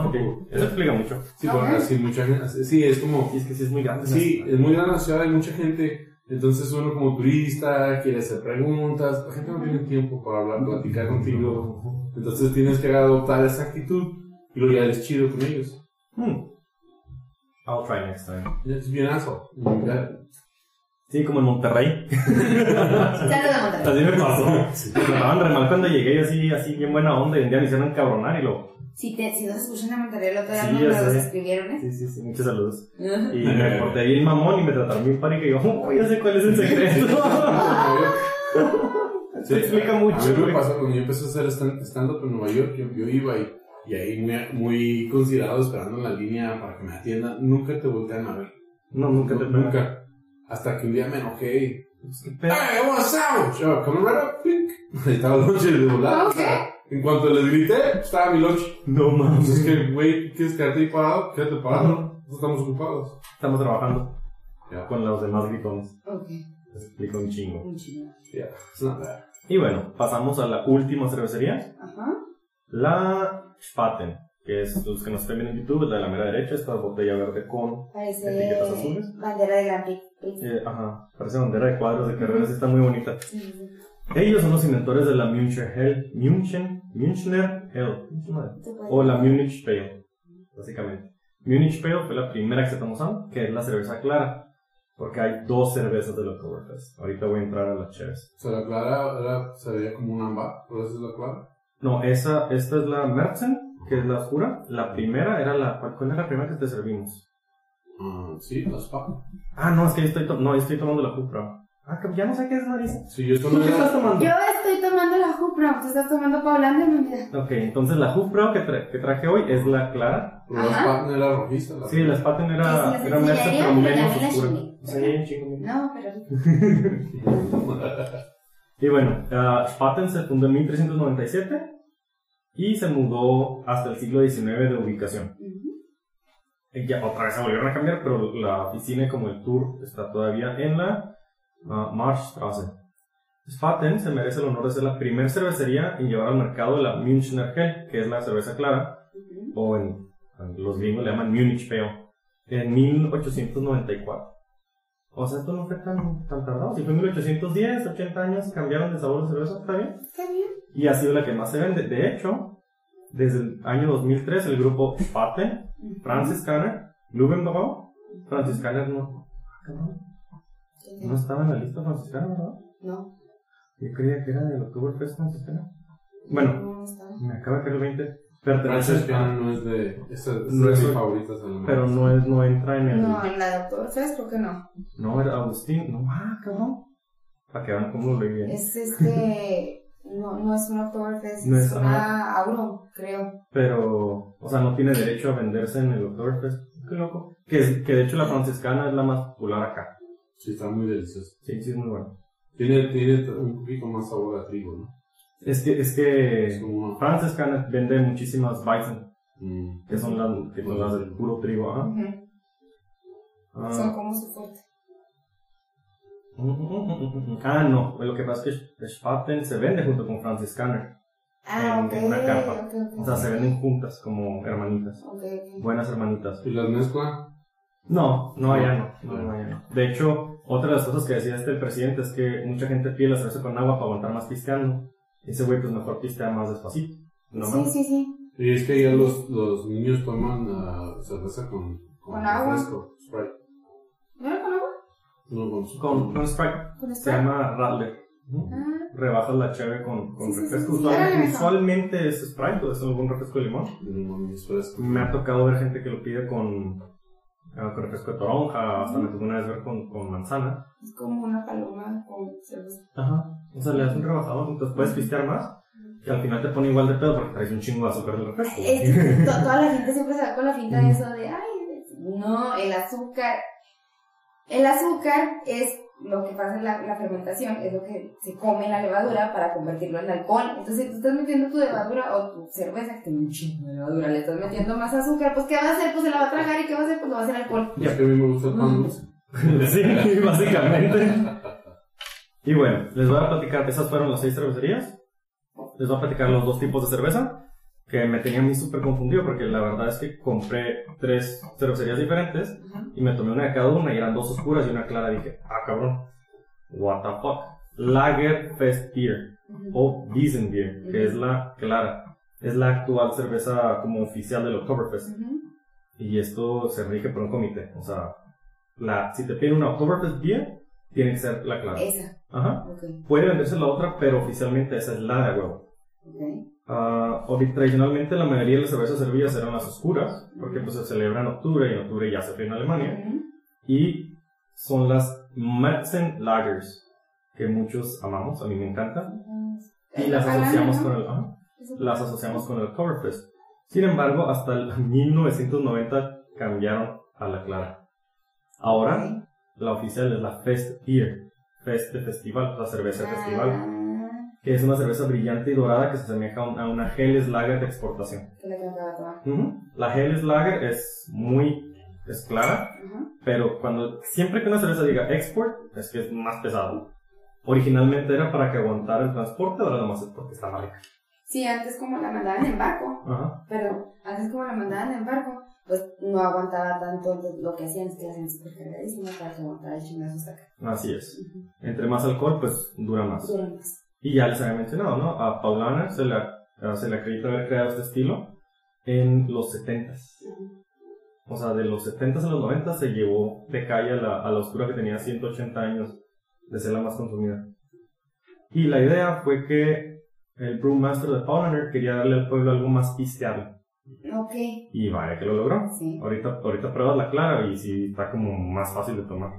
S1: Ok. Eso explica mucho.
S3: Sí, porque
S2: Ok.
S3: así mucha gente, así- sí, es como,
S1: Y es que sí eh, es muy grande.
S3: sí, es muy grande la ciudad, hay mucha gente. Entonces uno como turista quiere hacer preguntas, la gente no tiene tiempo para hablar, platicar contigo. Entonces tienes que adoptar esa actitud y luego ya eres chido con ellos.
S1: Hmm. I'll try next time.
S3: Es bien aso.
S1: Sí, como en Monterrey.
S2: Saludos, Monterrey.
S1: Así me pasó. Me trataban re mal cuando llegué, yo así, así bien buena onda, y un día me hicieron cabronar y lo.
S2: Si, te, si nos escuchan en Monterrey, el otro día
S1: Sí,
S2: no
S1: ya
S2: nos
S1: sé.
S2: escribieron, ¿eh?
S1: Sí, sí, sí, muchos saludos.
S2: Ujú.
S1: Y me porté bien mamón y me trataron bien pánico y yo, oh, ya sé cuál es el secreto. Se explica mucho,
S3: A mí me
S1: güey.
S3: pasó cuando yo empecé a hacer stand- stand-up en Nueva York, yo, yo iba y, y ahí muy, muy considerado esperando en la línea para que me atiendan. Nunca te voltean a ver.
S1: No, nunca te
S3: Nunca. Hasta que un día me enojé y,
S1: Pues, ¿Qué pedo?
S3: ¡Hey, I want a sandwich! Oh, coming right up, pink. Ahí estaba el lunch de volar.
S2: Ah,
S3: o sea, En cuanto les grité, estaba mi lunch.
S1: No
S3: Pues
S1: mames.
S3: es que, güey, ¿quieres quedarte ahí parado? Quédate parado. Nosotros estamos ocupados.
S1: Estamos trabajando
S3: Ya.
S1: con los demás gritones.
S2: Ok,
S1: Les explico un chingo.
S2: un chino.
S3: Es una verga.
S1: Y bueno, pasamos a la última cervecería.
S2: Ajá.
S1: La Spaten, que es los que nos estén viendo en YouTube, la de la mera derecha, esta botella verde con.
S2: Parece
S1: ¿Etiquetas azules?
S2: bandera de Gran Prix. Sí,
S1: eh, ajá, parece bandera de cuadros de carreras, está muy bonita.
S2: sí, sí.
S1: Ellos son los inventores de la München Hell, München, Münchner Hell, pinche madre,
S2: Tú puedes.
S1: o la Munich Pale, básicamente. Munich Pale fue la primera que estamos usando, que es la cerveza clara, porque hay dos cervezas del Oktoberfest. Ahorita voy a entrar a las cheves.
S3: O sea, la clara era, se veía como un ámbar, por eso es la clara.
S1: No, esa, esta es la Merzen, que es la oscura. La primera era la, ¿cuál, cuál era la primera que te servimos?
S3: Ah, sí, la spa.
S1: Ah, no, es que yo estoy, to- no, yo estoy tomando la Cupra. Ah, que ya no sé qué es, Marisa.
S3: Sí, yo
S1: ¿Tú
S3: solo
S1: qué estás
S3: era...
S1: tomando?
S2: Yo estoy tomando la Jupra, tú estás tomando Paulanda, mi vida.
S1: Ok, entonces la Cupra que, tra- que traje hoy es la clara.
S3: Pero la
S2: Ajá.
S3: spa no era rojiza. La
S1: Sí, la Spaten
S2: Sí,
S1: era,
S2: sí,
S1: era
S2: sí,
S1: Mercer,
S2: sí,
S1: pero
S2: sí,
S1: menos
S2: sí, sí,
S1: oscura.
S2: sí.
S1: O sea, ya hay un chingo menos.
S2: No, pero.
S1: Y bueno, ah, Spaten se fundó en 1397 y se mudó hasta el siglo XIX de ubicación.
S2: Ujú.
S1: Y Ya otra vez se volvieron a cambiar, pero la oficina como el tour está todavía en la ah, Marschstraße. Spaten se merece el honor de ser la primera cervecería en llevar al mercado la Münchner Hell, que es la cerveza clara,
S2: Ujú.
S1: o en, en los gringos le llaman Munich Pale, en 1894. O sea, esto no fue tan, tan tardado. Si fue en 1810, 80 años, cambiaron de sabor de cerveza, está bien.
S2: Está bien.
S1: Y ha sido la que más se vende. De hecho, desde el año 2003, el grupo Spaten,
S2: Ujú.
S1: Franciscana, Lubenbau, Franciscana no. ah, cabrón,
S2: Sí, sí.
S1: No estaba en la lista franciscana, ¿verdad?
S2: No.
S1: Yo creía que era del Oktoberfest franciscana. Bueno,
S2: No, no está.
S1: me acaba de caer el 20. pertenece,
S3: Princess Piano no es de. Esa esa es
S1: No
S3: de
S1: es-
S3: mis favoritas. a lo mejor.
S1: pero no es, no entra en el.
S2: No, en la doctora Fest creo que no.
S1: No, era Agustín. No, ah, cabrón. Para que vean cómo lo leí bien.
S2: Es este. No, no es una Oktoberfest,
S1: No
S2: es
S1: es-
S2: una Auron, creo.
S1: Pero, o sea, no tiene derecho a venderse en el Oktoberfest. Qué loco. Que, es- que de hecho la franciscana es la más popular acá.
S3: Sí, está muy delicioso.
S1: Sí, sí, es muy bueno.
S3: Tiene, tiene un poquito más sabor a trigo, ¿no?
S1: Es que, es
S3: Es
S1: que
S3: como.
S1: franciscana vende muchísimas bison,
S3: mm,
S1: que son las, que son las del puro trigo. ajá.
S2: Ujú.
S1: Ah.
S2: Son como su fuerte.
S1: Ah, no, lo que pasa es que Spaten se vende junto con Franciscana.
S2: Ah,
S1: En-
S2: ok.
S1: en una capa.
S2: ok, ok.
S1: O sea, se venden juntas como hermanitas.
S2: Ok, ok.
S1: Buenas hermanitas.
S3: ¿Y las mezcla?
S1: No, no, allá no. no, no, allá no. De hecho, otra de las cosas que decía este el presidente es que mucha gente pide la cerveza con agua para aguantar más pisteando. Y ese güey, pues mejor pistea más despacito. No
S2: sí,
S1: más.
S2: sí, sí.
S3: Y es que ya los, los niños toman ah, cerveza con.
S2: ¿Con agua?
S3: refresco, Sprite.
S2: ¿No era con agua?
S3: No, con.
S1: Con, con Sprite.
S2: Con
S1: Se
S2: Sprite.
S1: llama Radler.
S2: Ah,
S1: Rebajas la cheve con, con
S2: Sí, sí,
S1: refresco.
S2: sí, sí,
S1: usualmente,
S2: órale,
S1: usualmente es Sprite o es algún refresco de limón.
S3: Limón y fresco.
S1: Me ha tocado ver gente que lo pide con, ah, con refresco de toronja, hasta me tocó una vez ver con, con manzana.
S2: es como una paloma con cerveza.
S1: Ajá. O sea, le das un rebajado, entonces puedes pistear más, que al final te pone igual de pedo porque traes un chingo de azúcar del refresco.
S2: Es- Eh, to- toda la gente siempre se va con la finta de eso de, ay, no, el azúcar. El azúcar es lo que pasa en la, la fermentación, es lo que se come en la levadura para convertirlo en alcohol. Entonces, tú estás metiendo tu levadura o tu cerveza, que tiene un chingo de levadura, le estás metiendo más azúcar, pues ¿qué va a hacer? Pues se la va a tragar y ¿qué va a hacer? Pues lo va a hacer alcohol.
S3: Es que a mí me gusta el
S2: Mm.
S3: pan dulce.
S1: sí, básicamente. Y bueno, les voy a platicar, esas fueron las seis cervecerías. Les voy a platicar los dos tipos de cerveza, que me tenía a mí súper confundido porque la verdad es que compré tres cervecerías diferentes.
S2: Ajá.
S1: y me tomé una de cada una y eran dos oscuras y una clara. Dije, ah, cabrón, what the fuck. Lagerfest Beer
S2: Ujú.
S1: o Wiesenbier, que es la clara. Es la actual cerveza como oficial del Oktoberfest.
S2: Ujú.
S1: Y esto se rige por un comité. O sea, la, si te piden una Oktoberfest Beer, tiene que ser la clara.
S2: Esa,
S1: Ajá.
S2: ok,
S1: Puede venderse la otra, pero oficialmente esa es la de huevo.
S2: ok.
S1: Ah, o- tradicionalmente la mayoría de las cervezas servidas eran las oscuras, porque pues se celebra en octubre y en octubre ya se fue en Alemania
S2: Ujú.
S1: y son las Märzen Lagers, que muchos amamos, a mí me encantan, y las
S2: Ojalá,
S1: asociamos
S2: ¿no?
S1: con el, ajá,
S2: Eso-
S1: las asociamos con el Oktoberfest. Sin embargo, hasta el 1990 cambiaron a la clara. Ahora, la oficial es la Fest Beer, Fest de festival, la cerveza de festival,
S2: Ah,
S1: que es una cerveza brillante y dorada que se asemeja a un- a una Helles Lager de exportación.
S2: que la que acaba de tomar.
S1: Ujú. La Helles Lager es muy, es clara,
S2: Ajá.
S1: Pero cuando siempre que una cerveza diga export, es que es más pesado. Originalmente era para que aguantara el transporte, ahora nomás es porque está más rica.
S2: Sí, antes como la mandaban en barco,
S1: Ajá.
S2: pero antes como la mandaban en barco, pues no aguantaba tanto, entonces lo que hacían es que la hacían súper cargadísima para que aguantara el chingazo hasta acá.
S1: Así es.
S2: Ujú.
S1: Entre más alcohol, pues dura más.
S2: Dura más.
S1: Y ya les había mencionado, ¿no? A Paulana se le, eh, se le acredita haber creado este estilo en los 70s.
S2: Ujú.
S1: O sea, de los 70s a los 90 se llevó de calle a la, a la oscura que tenía 180 años de ser la más consumida. Y la idea fue que el brewmaster de Paulaner quería darle al pueblo algo más pisteable.
S2: Ok,
S1: Y vaya que lo logró.
S2: sí.
S1: Ahorita, ahorita pruebas la clara y sí está como más fácil de tomar.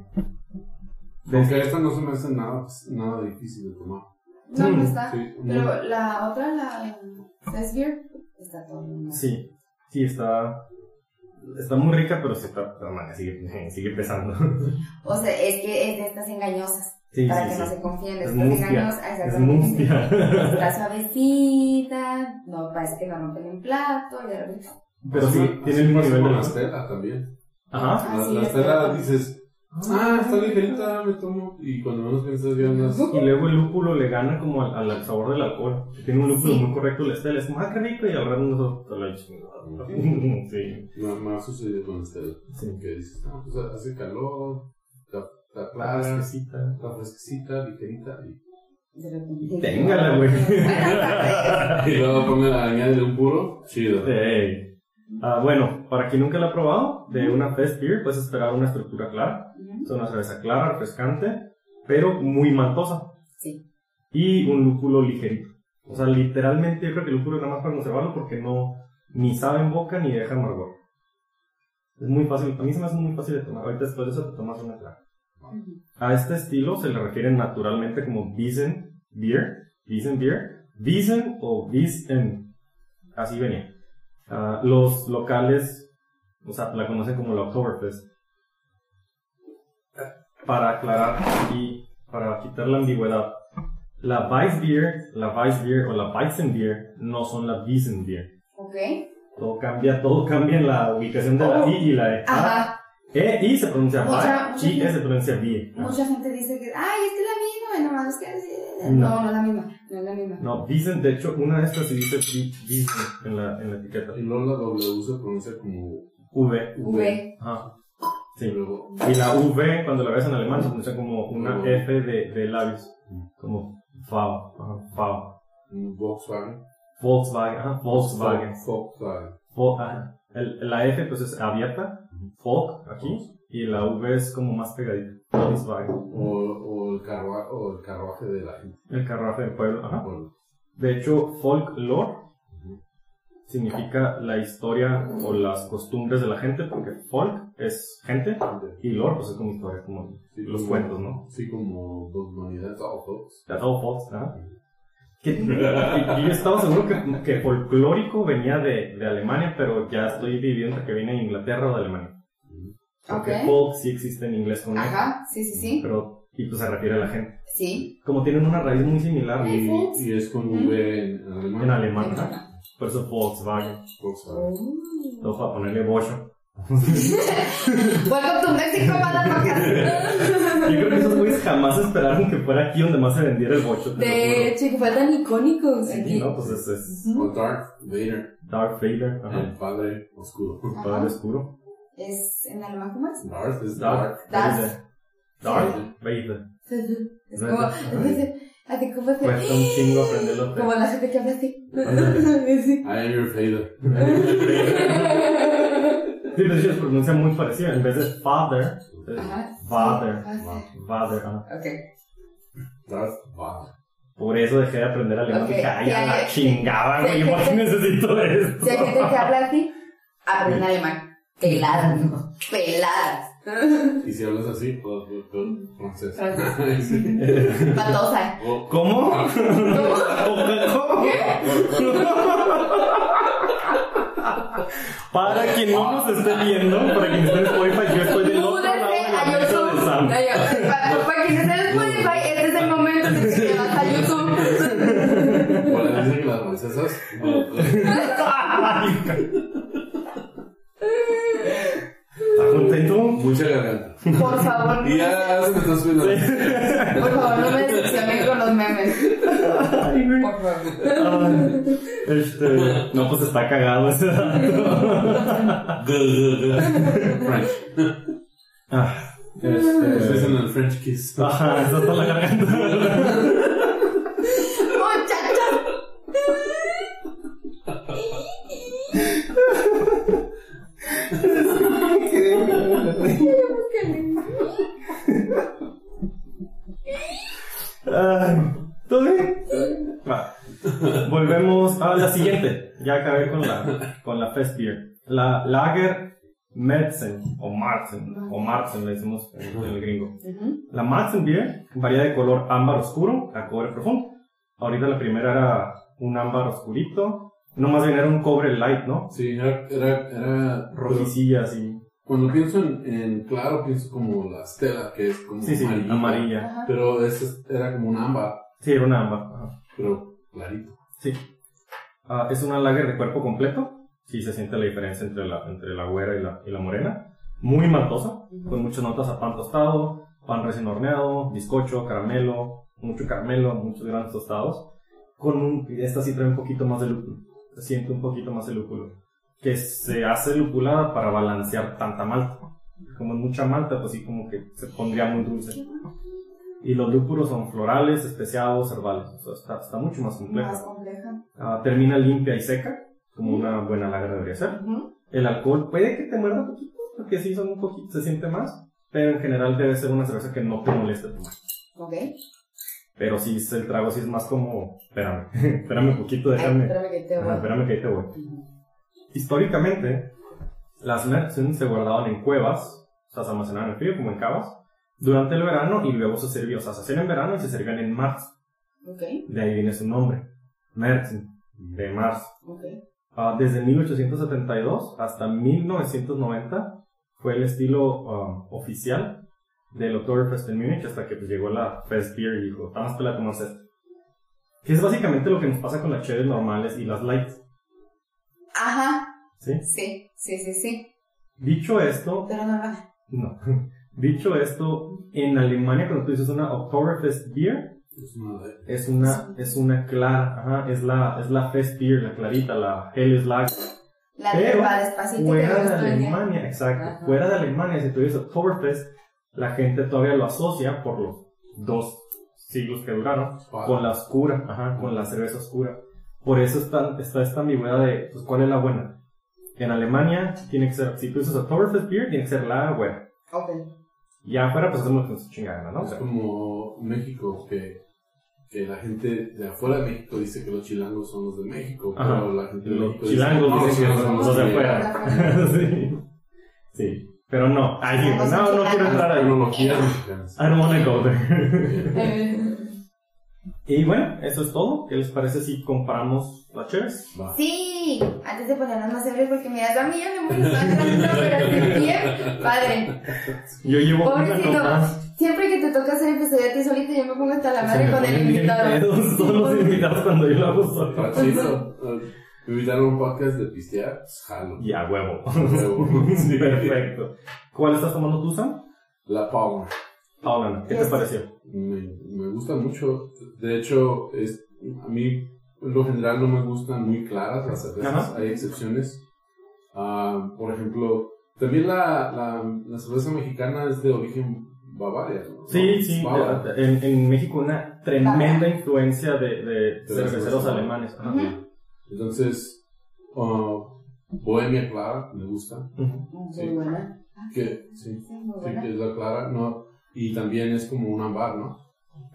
S3: Aunque esta no se me hace nada, pues, nada difícil de tomar.
S2: No, no
S1: Mm,
S2: está.
S3: Sí,
S2: Pero la otra, la Sesbier, está todo bien.
S1: Sí, sí está. Está muy rica, pero sí está. pero, man, sigue, sigue pesando.
S2: O sea, es que es de estas engañosas,
S1: Sí,
S2: para
S1: sí,
S2: que no
S1: sí.
S2: se confíen, de
S1: Es
S2: estas
S1: mustia,
S2: engañosas.
S1: Es
S2: exactamente.
S1: mustia.
S2: Está suavecita, no parece que no rompen un plato, y de repente.
S1: Pero sí, tiene el mismo nivel de
S3: de
S1: la
S3: las telas también.
S1: Ajá.
S2: Ah,
S3: Las-
S2: sí,
S3: las
S2: es
S3: telas
S2: cierto.
S3: dices, ah, está ligerita, me tomo. Y cuando menos piensas, ya andas.
S1: Y luego el lúpulo le gana como al, al sabor del alcohol. Tiene un lúpulo
S2: Sí.
S1: muy correcto, el Estela es más rico y al rato no se lo he hecho. Sí.
S3: Me, me ha sucedido con las telas.
S1: Sí.
S3: Que dices, no, pues hace calor, está, está
S1: La
S3: clara,
S1: fresquecita.
S3: está fresquecita, ligerita. Y,
S2: De repente.
S1: Téngala, güey.
S3: y luego pone la añade un puro, chido.
S1: Ey. Ah, bueno, para quien nunca la ha probado, de una Fest Beer puedes esperar una estructura clara.
S2: Ujú.
S1: Es una cerveza clara, refrescante, pero muy maltosa.
S2: Sí.
S1: Y un lúpulo ligerito. O sea, literalmente yo creo que el lúpulo es nada más para conservarlo porque no, ni sabe en boca ni deja amargor. Es muy fácil, a mí se me hace muy fácil de tomar. Ahorita después de eso te tomas una traga. A este estilo se le refiere naturalmente como Wiesen Beer, Wiesen Beer, Wiesen o Wiesen. Así venía. Ah, los locales, o sea, la conocen como la Oktoberfest. Para aclarar y para quitar la ambigüedad, la Weissbier, la Weissbier o la Weizenbier no son la Wiesenbier.
S2: Ok.
S1: Todo cambia, todo cambia en la ubicación de la I y la E.
S2: Oh. Ajá.
S1: E, I se pronuncia
S2: O sea,
S1: Weis, I
S2: mucha-
S1: E se pronuncia Bier.
S2: Mucha gente dice que, ay, es que es la misma, nomás es que.
S1: No.
S2: No, no es la misma. No es la misma.
S1: No, dicen, de hecho, una de estas sí dice Wi- Wiesen en la, en la etiqueta.
S3: Y luego la W se pronuncia como
S1: V.
S2: V.
S1: Ajá.
S3: Y
S1: Sí.
S3: luego
S1: Y la V, cuando la ves en alemán, se pronuncia como una
S3: Ujú.
S1: F de, de labios.
S3: Ujú.
S1: Como Fau. Ajá. Fau.
S3: mm, Volkswagen.
S1: Volkswagen. Ajá. Volkswagen.
S3: Volkswagen.
S1: Vo- ajá. El- la F, pues, es abierta. Volk, aquí. Y la V es como más pegadita. Volkswagen.
S3: O, o, el carruaje, o el carruaje de la gente.
S1: El carruaje del pueblo. Ajá.
S3: Por-
S1: De hecho, folklore
S3: Ujú.
S1: significa la historia o las costumbres de la gente, porque folk es gente y lore pues es como historia, como
S3: Sí,
S1: los
S3: como-
S1: cuentos, ¿no?
S3: Sí, como dos humanidades o folks.
S1: That's all folks, ajá. Que- y- y yo estaba seguro que, que folclórico venía de, de Alemania, pero ya estoy dividiendo entre que viene de Inglaterra o de Alemania. Porque
S2: Ok.
S1: folk sí existe en inglés con E,
S2: Ajá, sí, sí, sí.
S1: pero y pues se refiere a la gente.
S2: Sí.
S1: Como tienen una raíz muy similar
S2: Ay,
S3: Y,
S2: folks.
S3: y es con
S2: Ujú.
S3: V en alemán.
S1: en alemán, ajá. por eso Volkswagen,
S3: Volkswagen.
S2: Oh.
S1: todo para ponerle bocho.
S2: Welcome to Mexico, motherfuckers.
S1: Yo creo que esos güeyes jamás esperaron que fuera aquí donde más se vendiera el bocho. te lo
S2: De
S1: juro.
S2: hecho, que fue tan icónico.
S1: Sí, no, pues es, es
S2: Ujú.
S3: O Darth Vader,
S1: Darth Vader, ajá,
S3: el padre oscuro.
S1: el padre oscuro.
S2: Es en alemán, ¿cómo es?
S3: Darth es Dark.
S1: Darth
S2: Darth.
S1: Vader. Darth Vader.
S2: Es como, así como
S1: Cuesta un
S2: hace,
S1: chingo aprenderlo.
S2: como la gente que habla así. Sí.
S3: I am your father.
S1: Sí, de hecho se pronuncia muy parecido. En vez de father, es
S2: Ajá.
S1: Father.
S2: Ah,
S1: father. ajá.
S2: sí. Ok.
S3: Darth Vader.
S1: Por eso dejé de aprender alemán.
S2: Ok,
S1: Dije, ay,
S2: sí,
S1: a la
S2: hay-
S1: chingada,
S2: sí,
S1: güey.
S2: hay
S1: ¿Por qué
S2: gente-
S1: necesito esto?
S2: Si hay gente que habla así, habla en alemán. Peladas, ¿no? peladas.
S3: Y si hablas así, pues, pues, pues, francés.
S2: Francés.
S3: Sí.
S2: Patosa.
S3: O-
S1: ¿Cómo? ¿Cómo? Para quien no nos esté viendo, para quien esté en Spotify, yo estoy del otro
S2: Múdense
S1: lado de la
S2: a
S1: mesa de
S2: YouTube.
S1: Sam.
S2: Ay, ay, Para para quienes estén en Spotify, este es el momento en el que te vas a YouTube.
S3: o le dicen que las francesas. o- o-
S1: ¿Estás contento?
S3: Mucha garganta.
S2: Por favor,
S3: Y ya se me está subiendo.
S2: por favor, no me decepcionen con los memes.
S1: Ay, güey.
S2: Por favor.
S1: Ay, Este, no, pues está cagado ese dato.
S3: French.
S1: Ah,
S3: Eso
S1: este,
S3: dicen el French kiss.
S1: ajá, eso está la garganta.
S2: Muchachos.
S1: Ay, ¿Todo bien? Va. Volvemos a la siguiente. Ya acabé con la, con la Fest Beer. La Lager Merzen, o Marzen, o Marzen le decimos en, en el gringo.
S2: Ujú.
S1: La Marzen Beer varía de color ámbar oscuro a cobre profundo. Ahorita la primera era un ámbar oscurito. No más bien era un cobre light, ¿no?
S3: Sí, era. era, era
S1: Rojicilla, así.
S3: Cuando pienso en, en claro, pienso como la estela, que es como
S1: Sí, sí,
S3: amarillita.
S1: amarilla.
S2: Ajá.
S3: Pero ese era como un ámbar,
S1: Sí, era un ámbar. Ajá.
S3: pero clarito.
S1: Sí. Ah, es una lager de cuerpo completo. Sí se siente la diferencia entre la, entre la güera y la, y la morena. Muy maltosa, con muchas notas a pan tostado, pan recién horneado, bizcocho, caramelo, mucho caramelo, muchos granos tostados. Con un- esta sí trae un poquito más de lúpulo. Se siente un poquito más de lúpulo. Que se hace lupulada para balancear tanta malta. Como es mucha malta, pues sí como que se pondría muy dulce. Y los lúpulos son florales, especiados, herbales. O sea, está, está mucho más complejo.
S2: Más compleja.
S1: Ah, termina limpia y seca, como una buena lager debería ser.
S2: Ujú.
S1: El alcohol puede que te muerda un poquito, porque sí son un poquito, se siente más, pero en general debe ser una cerveza que no te moleste tomar.
S2: Ok.
S1: Pero sí, es- el trago sí es más como, espérame, espérame un poquito,
S2: Ay,
S1: déjame,
S2: espérame que te
S1: ajá,
S2: voy.
S1: espérame que ahí te voy. históricamente, las Neptune se guardaban en cuevas, o sea, se almacenaban en frío como en cavas, durante el verano y luego se servían, o sea, se hacían en verano y se servían en marzo.
S2: Ok,
S1: De ahí viene su nombre, Neptune, de marzo.
S2: ok.
S1: Ah, desde 1872 hasta 1990 fue el estilo ah, oficial del Oktoberfest en Múnich hasta que pues, llegó la Fest Beer y dijo, vamos para tomarse esto. Que es básicamente lo que nos pasa con las cheves normales y las lights,
S2: Ajá,
S1: ¿sí?
S2: sí, sí, sí, sí.
S1: Dicho esto,
S2: Pero no va.
S1: no. Dicho esto, en Alemania cuando tú dices una Oktoberfest Beer,
S3: Es una de-
S1: es una, es una clara, ajá, es la, es la Fest Beer, la clarita, la Helles Lager.
S2: La
S1: Pero,
S2: va despacito. que
S1: fuera
S2: no
S1: de
S2: estoy bien.
S1: Alemania, exacto.
S2: Ajá.
S1: Fuera de Alemania, si tuviese Oktoberfest, la gente todavía lo asocia por los dos siglos que duraron con la oscura, ajá, con la cerveza oscura. Por eso está, está esta ambigüedad de, pues, ¿cuál es la buena? En Alemania tiene que ser, si tú dices Oktoberfest beer, tiene que ser la buena.
S2: Ok.
S1: Ya afuera, pues hacemos con su chingada, ¿no? O
S3: Es
S1: sea,
S3: como México, que, que la gente de afuera de México dice que los chilangos son los de México,
S1: Ajá.
S3: pero la gente de
S1: Los
S3: México
S1: chilangos
S3: dice,
S1: dicen que
S3: nosotros
S1: son
S3: somos
S1: los de afuera.
S2: Ajá.
S1: sí. Sí. Pero no, ahí,
S2: No,
S1: no,
S2: son
S1: no quiero
S2: chilangos.
S1: entrar ahí.
S3: Tecnologías mexicanas.
S1: I don't wanna go there.
S2: Eh,
S1: Y bueno, eso es todo. ¿Qué les parece si comparamos las cheves?
S3: Va.
S2: Sí, antes de ponernos más ebrios porque mira, a mí ya me voy a estar pero estoy bien, padre.
S1: Yo llevo
S2: Pobrecito.
S1: una copa.
S2: Siempre que te toca hacer episodio a ti solito, yo me pongo hasta la
S1: Se
S2: madre
S1: me
S2: con el
S1: ponen bien
S2: invitado.
S1: pedos Todos los invitados cuando yo lo hago solo.
S3: Está chido. Eh, Me invitaron a un podcast de pistear, pues, jalo.
S1: Y a huevo.
S3: Sí.
S1: Perfecto. ¿Cuál estás tomando tú, Sam?
S3: La Power.
S1: Paulana, ¿qué te
S2: Yes.
S1: pareció?
S3: Me, me gusta mucho. De hecho, es, a mí en lo general no me gustan muy claras las cervezas.
S1: Ajá.
S3: Hay excepciones. Ah, por ejemplo, también la, la, la cerveza mexicana es de origen Bavaria. ¿no?
S1: Sí, sí.
S3: Bávara.
S1: eh, En, en México una tremenda influencia de, de
S3: Cerveceros
S1: cerveceros
S3: alemanes.
S1: alemanes. Ajá.
S2: Ujú.
S3: Entonces, ah, Bohemia Clara me gusta.
S1: Ujú.
S2: Muy
S3: Sí.
S2: buena.
S3: Que, sí,
S2: Ah, Sí, muy
S3: sí, que
S2: buena.
S3: es la clara. No, y también es como un ámbar, ¿no?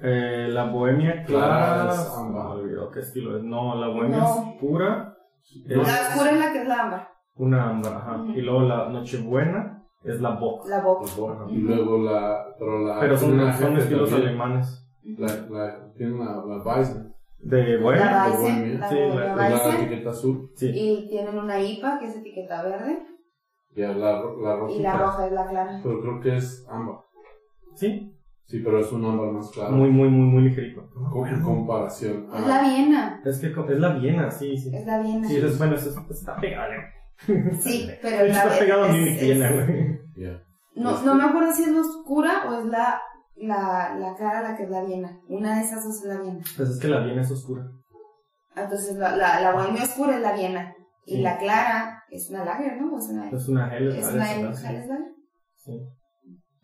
S1: Eh, la bohemia
S3: Clara
S1: clara.
S3: es ámbar.
S1: No, olvidó qué estilo es. No, la bohemia
S2: No.
S1: es pura.
S3: No,
S2: La oscura es la que es la ámbar,
S1: Una ámbar. ajá.
S2: Ujú.
S1: Y luego la nochebuena es la bock.
S2: la boca.
S3: Los dos.
S1: Ajá.
S3: Y luego la. Pero, la,
S1: Pero son,
S3: tiene una
S1: son
S3: jefe
S1: estilos
S3: también.
S1: alemanes.
S3: La, la, tiene la, la Weizen,
S1: De
S2: La
S1: Bohemia.
S3: de
S2: Weizen,
S3: Bohemia.
S2: la
S1: Sí, la-
S2: la
S3: es la
S2: Weizen.
S3: etiqueta azul.
S1: Sí.
S2: Y tienen una IPA que es etiqueta verde.
S3: Y la, la roja.
S2: Y la roja es la clara.
S3: Pero creo que es ámbar.
S1: Sí.
S3: Sí, pero es un ámbar más claro.
S1: Muy, muy, muy, muy ligerito.
S3: Co- En comparación a.
S2: Es la Viena.
S1: Es que co- es la Viena, sí, sí.
S2: Es la Viena.
S1: Sí, es, bueno, eso está pegado.
S2: Sí,
S1: De
S2: pero
S1: hecho,
S2: la
S1: está pegado a
S2: es-
S1: Munich,
S2: es-
S1: Viena, güey.
S3: Yeah.
S2: No, no me acuerdo si es la oscura o es la, la, la cara la que es la Viena. Una de esas dos es la Viena.
S1: Pues es que la Viena es oscura.
S2: Entonces la, la, la bohemia oscura es la Viena. Y
S1: Sí.
S2: la clara es una lager, ¿no? ¿O es una,
S1: Es una Helles
S2: es una
S1: Lager, ¿verdad?
S2: Helles-Lager?
S1: Sí.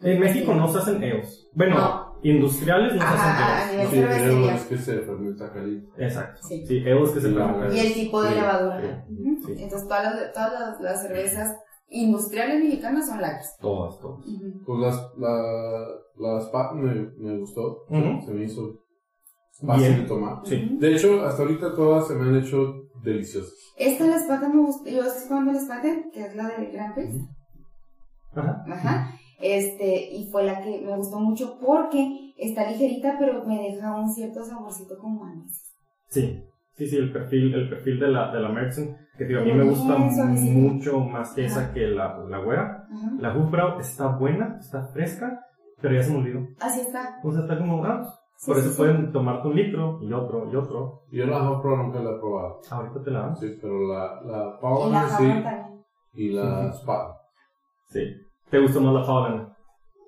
S1: En México no se hacen EOS. Bueno,
S2: No.
S1: industriales no se
S2: Ajá,
S1: hacen
S2: a nivel
S1: EOS.
S3: Sí,
S2: cervecería.
S3: pero es que se fermenta caliente.
S1: Exacto.
S2: Sí.
S1: Sí, EOS que se
S3: Y la-
S1: pregunta.
S2: Y el tipo de
S3: Sí,
S2: levadura.
S3: sí,
S2: Ujú.
S1: sí.
S2: Entonces todas, las, todas las, las cervezas industriales mexicanas son lagers.
S1: Todas, todas.
S2: Ujú.
S3: Pues las. La, las Pat me, me gustó.
S1: Ujú.
S3: Se me hizo fácil
S1: Bien.
S3: de tomar.
S1: Sí.
S2: Ujú.
S3: De hecho, hasta ahorita todas se me han hecho deliciosas.
S2: Esta la espata me gusta, yo estoy tomando la espata, que es la del Gran Prix.
S1: Ajá.
S2: Ajá. Este, y fue la que me gustó mucho porque está ligerita, pero me deja un cierto saborcito como anís.
S1: Sí. Sí, sí, el perfil, el perfil de la, de la Mertzen, que digo, a mí
S2: Pero
S1: me
S2: bien
S1: gusta
S2: suavecito.
S1: mucho más que esa que la, la güera.
S2: Ajá.
S1: La Hufrau está buena, está fresca, pero ya se me olvidó.
S2: Así está.
S1: O sea, está como, ah,
S2: Sí,
S1: por
S2: sí,
S1: eso
S2: sí.
S1: pueden tomarte un litro y otro y otro.
S3: Yo la Hopro nunca la he probado.
S1: Ahorita te la dan.
S3: Sí, pero la, la
S2: Y la
S3: Power sí.
S2: jabón también.
S3: Y la Spa.
S1: Sí. ¿Te gustó más la Paulana?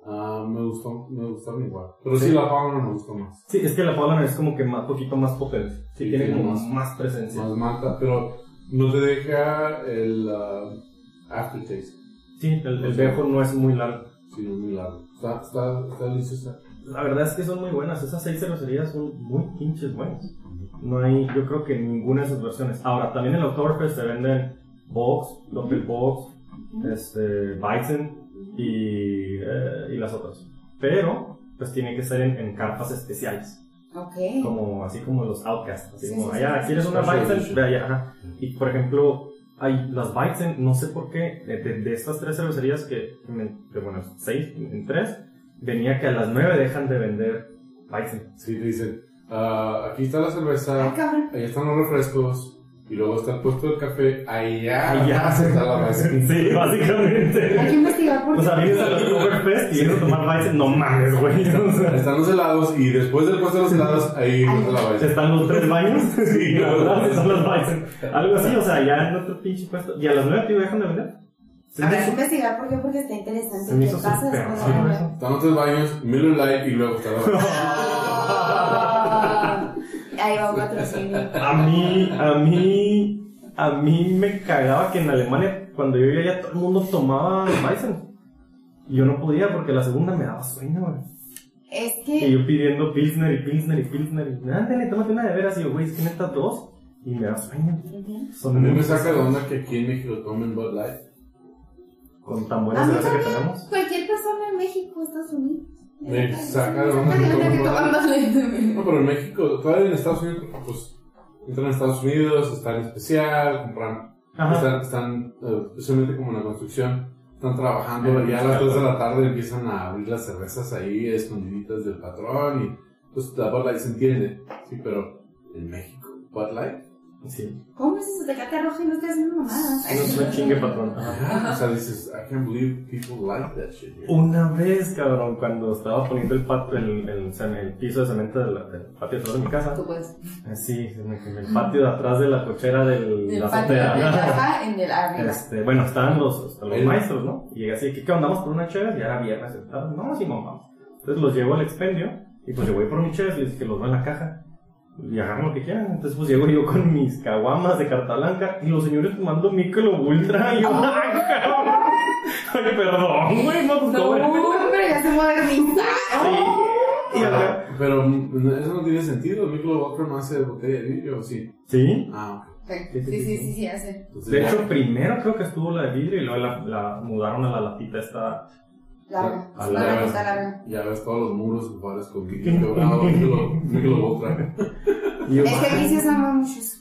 S3: Ah, me gustó, me gustaron igual. Pero sí, la Power me gustó más.
S1: Sí, es que la Paulana es como que un poquito más potente. Sí,
S3: Sí,
S1: tiene
S3: tiene
S1: como
S3: más-
S1: más presencia.
S3: Más mata, pero no te deja el ah, aftertaste,
S1: Sí, el, el
S3: Sí.
S1: bejo no es muy largo.
S3: sino muy largo. Está, está, está deliciosa.
S1: La verdad es que son muy buenas. Esas seis cervecerías son muy pinches buenas. No hay, yo creo que ninguna de esas versiones. Ahora, también en Oktoberfest se venden Box, Doppelbox,
S2: Ujú.
S1: este, Bison y, eh, y las otras. Pero, pues tiene que ser en, en carpas especiales,
S2: Ok.
S1: como, así como los Outcasts. Así
S2: Sí,
S1: como,
S2: sí,
S1: allá,
S2: sí.
S1: ¿quieres una
S3: Special
S1: Bison?
S3: edition.
S1: Ve allá, ajá. Y por ejemplo, hay, las Bites, no sé por qué, de, de- de estas tres cervecerías que, que me- que, bueno, seis, en tres, venía que a las nueve dejan de vender Bites.
S3: Sí, te dicen, "Ah, aquí está la cerveza,
S2: Ay, cabrón.
S3: ahí están los refrescos, y luego está el puesto del café, allá,
S1: Allá.
S3: Ah, está la mesa.
S1: Sí,
S2: Hay que
S1: básicamente.
S2: investigar por
S1: O sea, vienes a los Oktoberfest y vienes a tomar Bites, no mames, güey. O sea,
S3: Están los helados, y después del puesto de los helados, ahí está la mesa.
S1: están los tres baños.
S3: Sí,
S1: la verdad,
S3: claro.
S1: están los Bites. Algo así, o sea, ya en otro pinche puesto. Y a las nueve, tío, dejan de vender. Se me
S2: Habrá que
S1: hizo-
S2: investigar por qué, porque está interesante.
S1: se me
S2: ¿Qué
S1: hizo
S2: pasa
S1: súper
S2: después de
S1: raro
S2: la-
S1: eso.
S3: Están los tres baños, Miller Lite, y luego está la mesa.
S2: Ah, Ahí va un patrocinio.
S1: A mí, a mí, a mí me cagaba que en Alemania, cuando yo vivía allá, todo el mundo tomaba Weizen. Y yo no podía porque la segunda me daba sueño, güey.
S2: Es
S1: Y
S2: que
S1: yo pidiendo Pilsner y Pilsner y Pilsner. Y ándale, tómate una de veras. Y yo, güey, es que neta dos. Y me da sueño.
S2: Ujú.
S3: A
S1: Son
S3: mí me
S1: muy-
S3: saca de onda que aquí en México tomen Bud Light.
S1: Con tan
S2: A
S1: buena
S2: mí
S1: cerveza que
S2: también.
S1: tenemos.
S2: cualquier persona en México, Estados Unidos.
S3: Me saca de
S2: de
S3: onda que
S2: onda que
S3: toma-
S2: toman más
S3: No, pero en México, todavía en Estados Unidos, pues entran a Estados Unidos, están en especial, compran,
S1: Ajá.
S3: están, están eh, especialmente como en la construcción, están trabajando,
S1: Eh,
S3: ya a las 3 de la tarde empiezan a abrir las cervezas ahí escondiditas del patrón y pues la Bud Light se entiende, sí, pero en México, Bud Light,
S1: Sí.
S2: ¿Cómo es eso? Te cata roja y no estás haciendo mamadas.
S1: No es una chingue, patrón. Ajá.
S3: o sea, dices, I can't believe people like that shit. here".
S1: Una vez, cabrón, cuando estaba poniendo el, pat- el, el, ce- el piso de cemento de la- del patio atrás de mi casa.
S2: Tú pues, puedes.
S1: Eh, Sí, en el- en el patio de atrás de la cochera del,
S2: Del
S1: la
S2: patio de
S1: azotea.
S2: abajo en el arriba.
S1: Este, bueno, estaban los, este, los
S3: El-
S1: maestros, ¿no? Y llegué así, ¿qué, qué onda? ¿Vamos por una chévere? Y era viernes, y tal, no, sí, mamá. Entonces los llevo al expendio, y pues yo voy por mis chéveres, y les dije, los doy en la caja, y hagan lo que quieran. Entonces pues llego yo con mis caguamas de carta blanca, y los señores tomando micro ultra, y yo, ¡ay, cabrón! Ay, perdón, güey, no, pues,
S2: No,
S1: ¿cómo?
S2: pero ya se modernizaron.
S1: Sí, y acá-
S3: Pero, pero, mm, eso no tiene sentido, Michelob Ultra no hace botella de vidrio, ¿o sí.
S1: Sí.
S3: Ah, ok.
S2: Sí, sí, sí, sí, sí, hace.
S3: Entonces,
S1: De
S3: ya-
S1: hecho, primero creo que estuvo la de vidrio y luego la, la mudaron a la latita esta.
S2: Larga.
S3: A
S2: Es una
S3: la-
S2: lata larga.
S3: Ya ves todos los muros, bares con vidrio quebrado, Michelob Michelob Ultra.
S1: Y yo-
S2: Es que aquí se usaba mucho eso.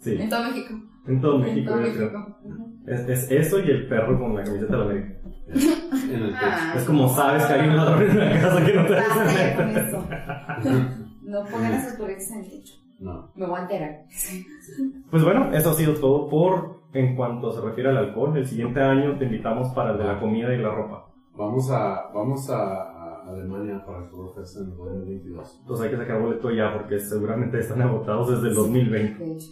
S1: Sí,
S2: En todo México.
S1: en todo
S2: En
S1: México.
S2: todo
S1: yo creo.
S2: México. Ujú.
S1: Es, es eso y el perro con la camiseta de la América.
S3: En el techo.
S2: Ah,
S1: Es como sabes que hay un ladrón en la casa que no te
S2: basta
S1: deja
S2: ya
S1: entrar.
S2: con esto. No pongan a sus purex en el techo.
S3: No.
S2: Me voy a enterar.
S1: Pues bueno, eso ha sido todo por en cuanto se refiere al alcohol. El siguiente año te invitamos para el de la comida y la ropa.
S3: Vamos a, vamos a, a Alemania para el Oktoberfest en 2022.
S1: Entonces hay que sacar boleto ya porque seguramente están agotados desde el 2020.
S2: De hecho.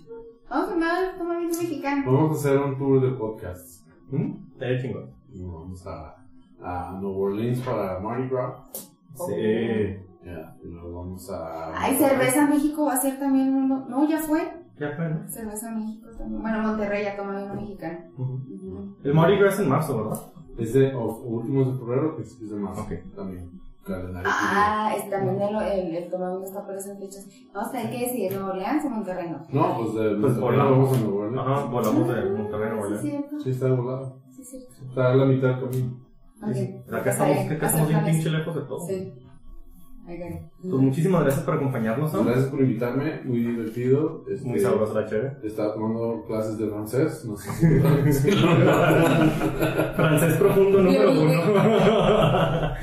S2: Vamos a tomar tomamiento mexicano.
S3: Vamos a hacer un tour de podcasts.
S1: ¿Mm? Estaría chingón.
S3: Y Vamos a, a New Orleans para Mardi Gras.
S1: Sí.
S3: Ya, Y luego vamos
S1: Ah,
S3: a.
S2: Ay, cerveza México va a ser también uno. No, ya fue.
S1: Ya fue, ¿no?
S2: Cerveza México también. Bueno, Monterrey ya toma vino mexicano.
S1: Ujú.
S2: Ujú.
S1: El Mardi Gras en marzo, ¿verdad?
S3: Es de o- últimos de febrero, principios de marzo.
S1: Ok.
S3: También. Calendario.
S2: Ah, es también el, el, el tomamiento está por esas fechas. Vamos a tener que decidir Nuevo Orleans o Monterrey. No.
S3: No, pues de
S1: Pues
S3: Monterrey
S1: volamos.
S3: vamos a New Orleans.
S1: Ajá, volamos de Monterrey a
S2: Sí,
S1: Nuevo
S2: es cierto.
S3: Sí, está volado.
S2: Sí, es cierto.
S3: Está a la mitad del camino.
S2: Ok.
S1: Acá estamos,
S2: Está bien.
S1: acá estamos bien
S2: Hacer
S1: pinche lejos de todo.
S2: planes. Sí. Ok.
S1: Pues muchísimas gracias por acompañarnos, ¿no?
S3: Gracias por invitarme, muy divertido. Este,
S1: Muy sabrosa la chévere.
S3: Estaba tomando clases de francés, no sé si- si lo notaron.
S1: Francés profundo número uno.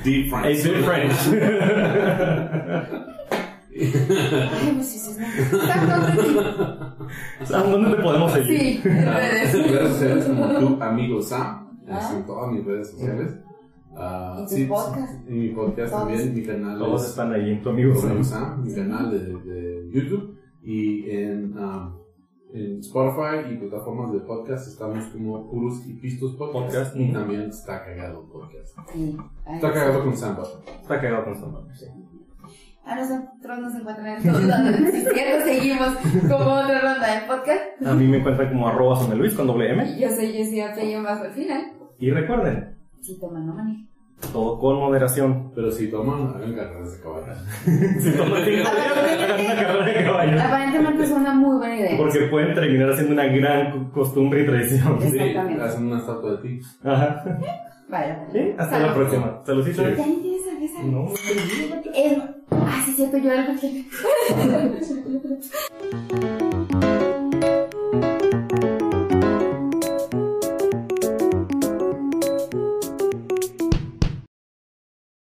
S3: Deep
S1: Es de French.
S2: Ay, pues sí, sí, sí. Está todo
S1: ¿A dónde te podemos
S2: así.
S1: seguir?
S2: Sí, en redes.
S3: Ah, redes sociales como tu amigo Sam,
S2: Ah.
S3: es en todas mis redes sociales. Ah,
S2: Y tu
S3: sí,
S2: podcast.
S3: y mi
S2: Todos.
S3: podcast también, mi canal
S1: Todos
S3: es
S1: están ahí en tu amigo.
S3: Tu Amigo
S1: Sam.
S3: Sam, mi canal de, de YouTube y en, ah, en Spotify y plataformas de podcast estamos como Puros y Pistos Podcast,
S1: Podcast.
S3: y también está cagado podcast.
S2: Sí. Ay,
S3: Está cagado con Samba.
S1: Está cagado con Sam. sí.
S2: A nosotros nos encuentran en todos lados. Si cierto, seguimos como otra ronda del podcast.
S1: A mí me encuentran como arroba San Luis con doble M.
S2: Y Yo soy Jessie Peña bajo el final.
S1: Y recuerden,
S2: Si toman, no manejen.
S1: todo con moderación.
S3: Pero si toman, hagan carreras de caballo.
S1: Si toman hagan una carrera de caballo.
S2: Aparentemente es una muy buena idea.
S1: Porque pueden terminar haciendo una gran co- costumbre y tradición.
S3: Sí,
S2: Exactamente.
S3: hacen una estatua de ti.
S1: Ajá.
S2: Vale.
S1: Sí, Hasta la próxima. Saludcita.
S2: Ya ni tienes cerveza.
S1: No.
S2: Es- Ah, sí, es cierto, yo era el que-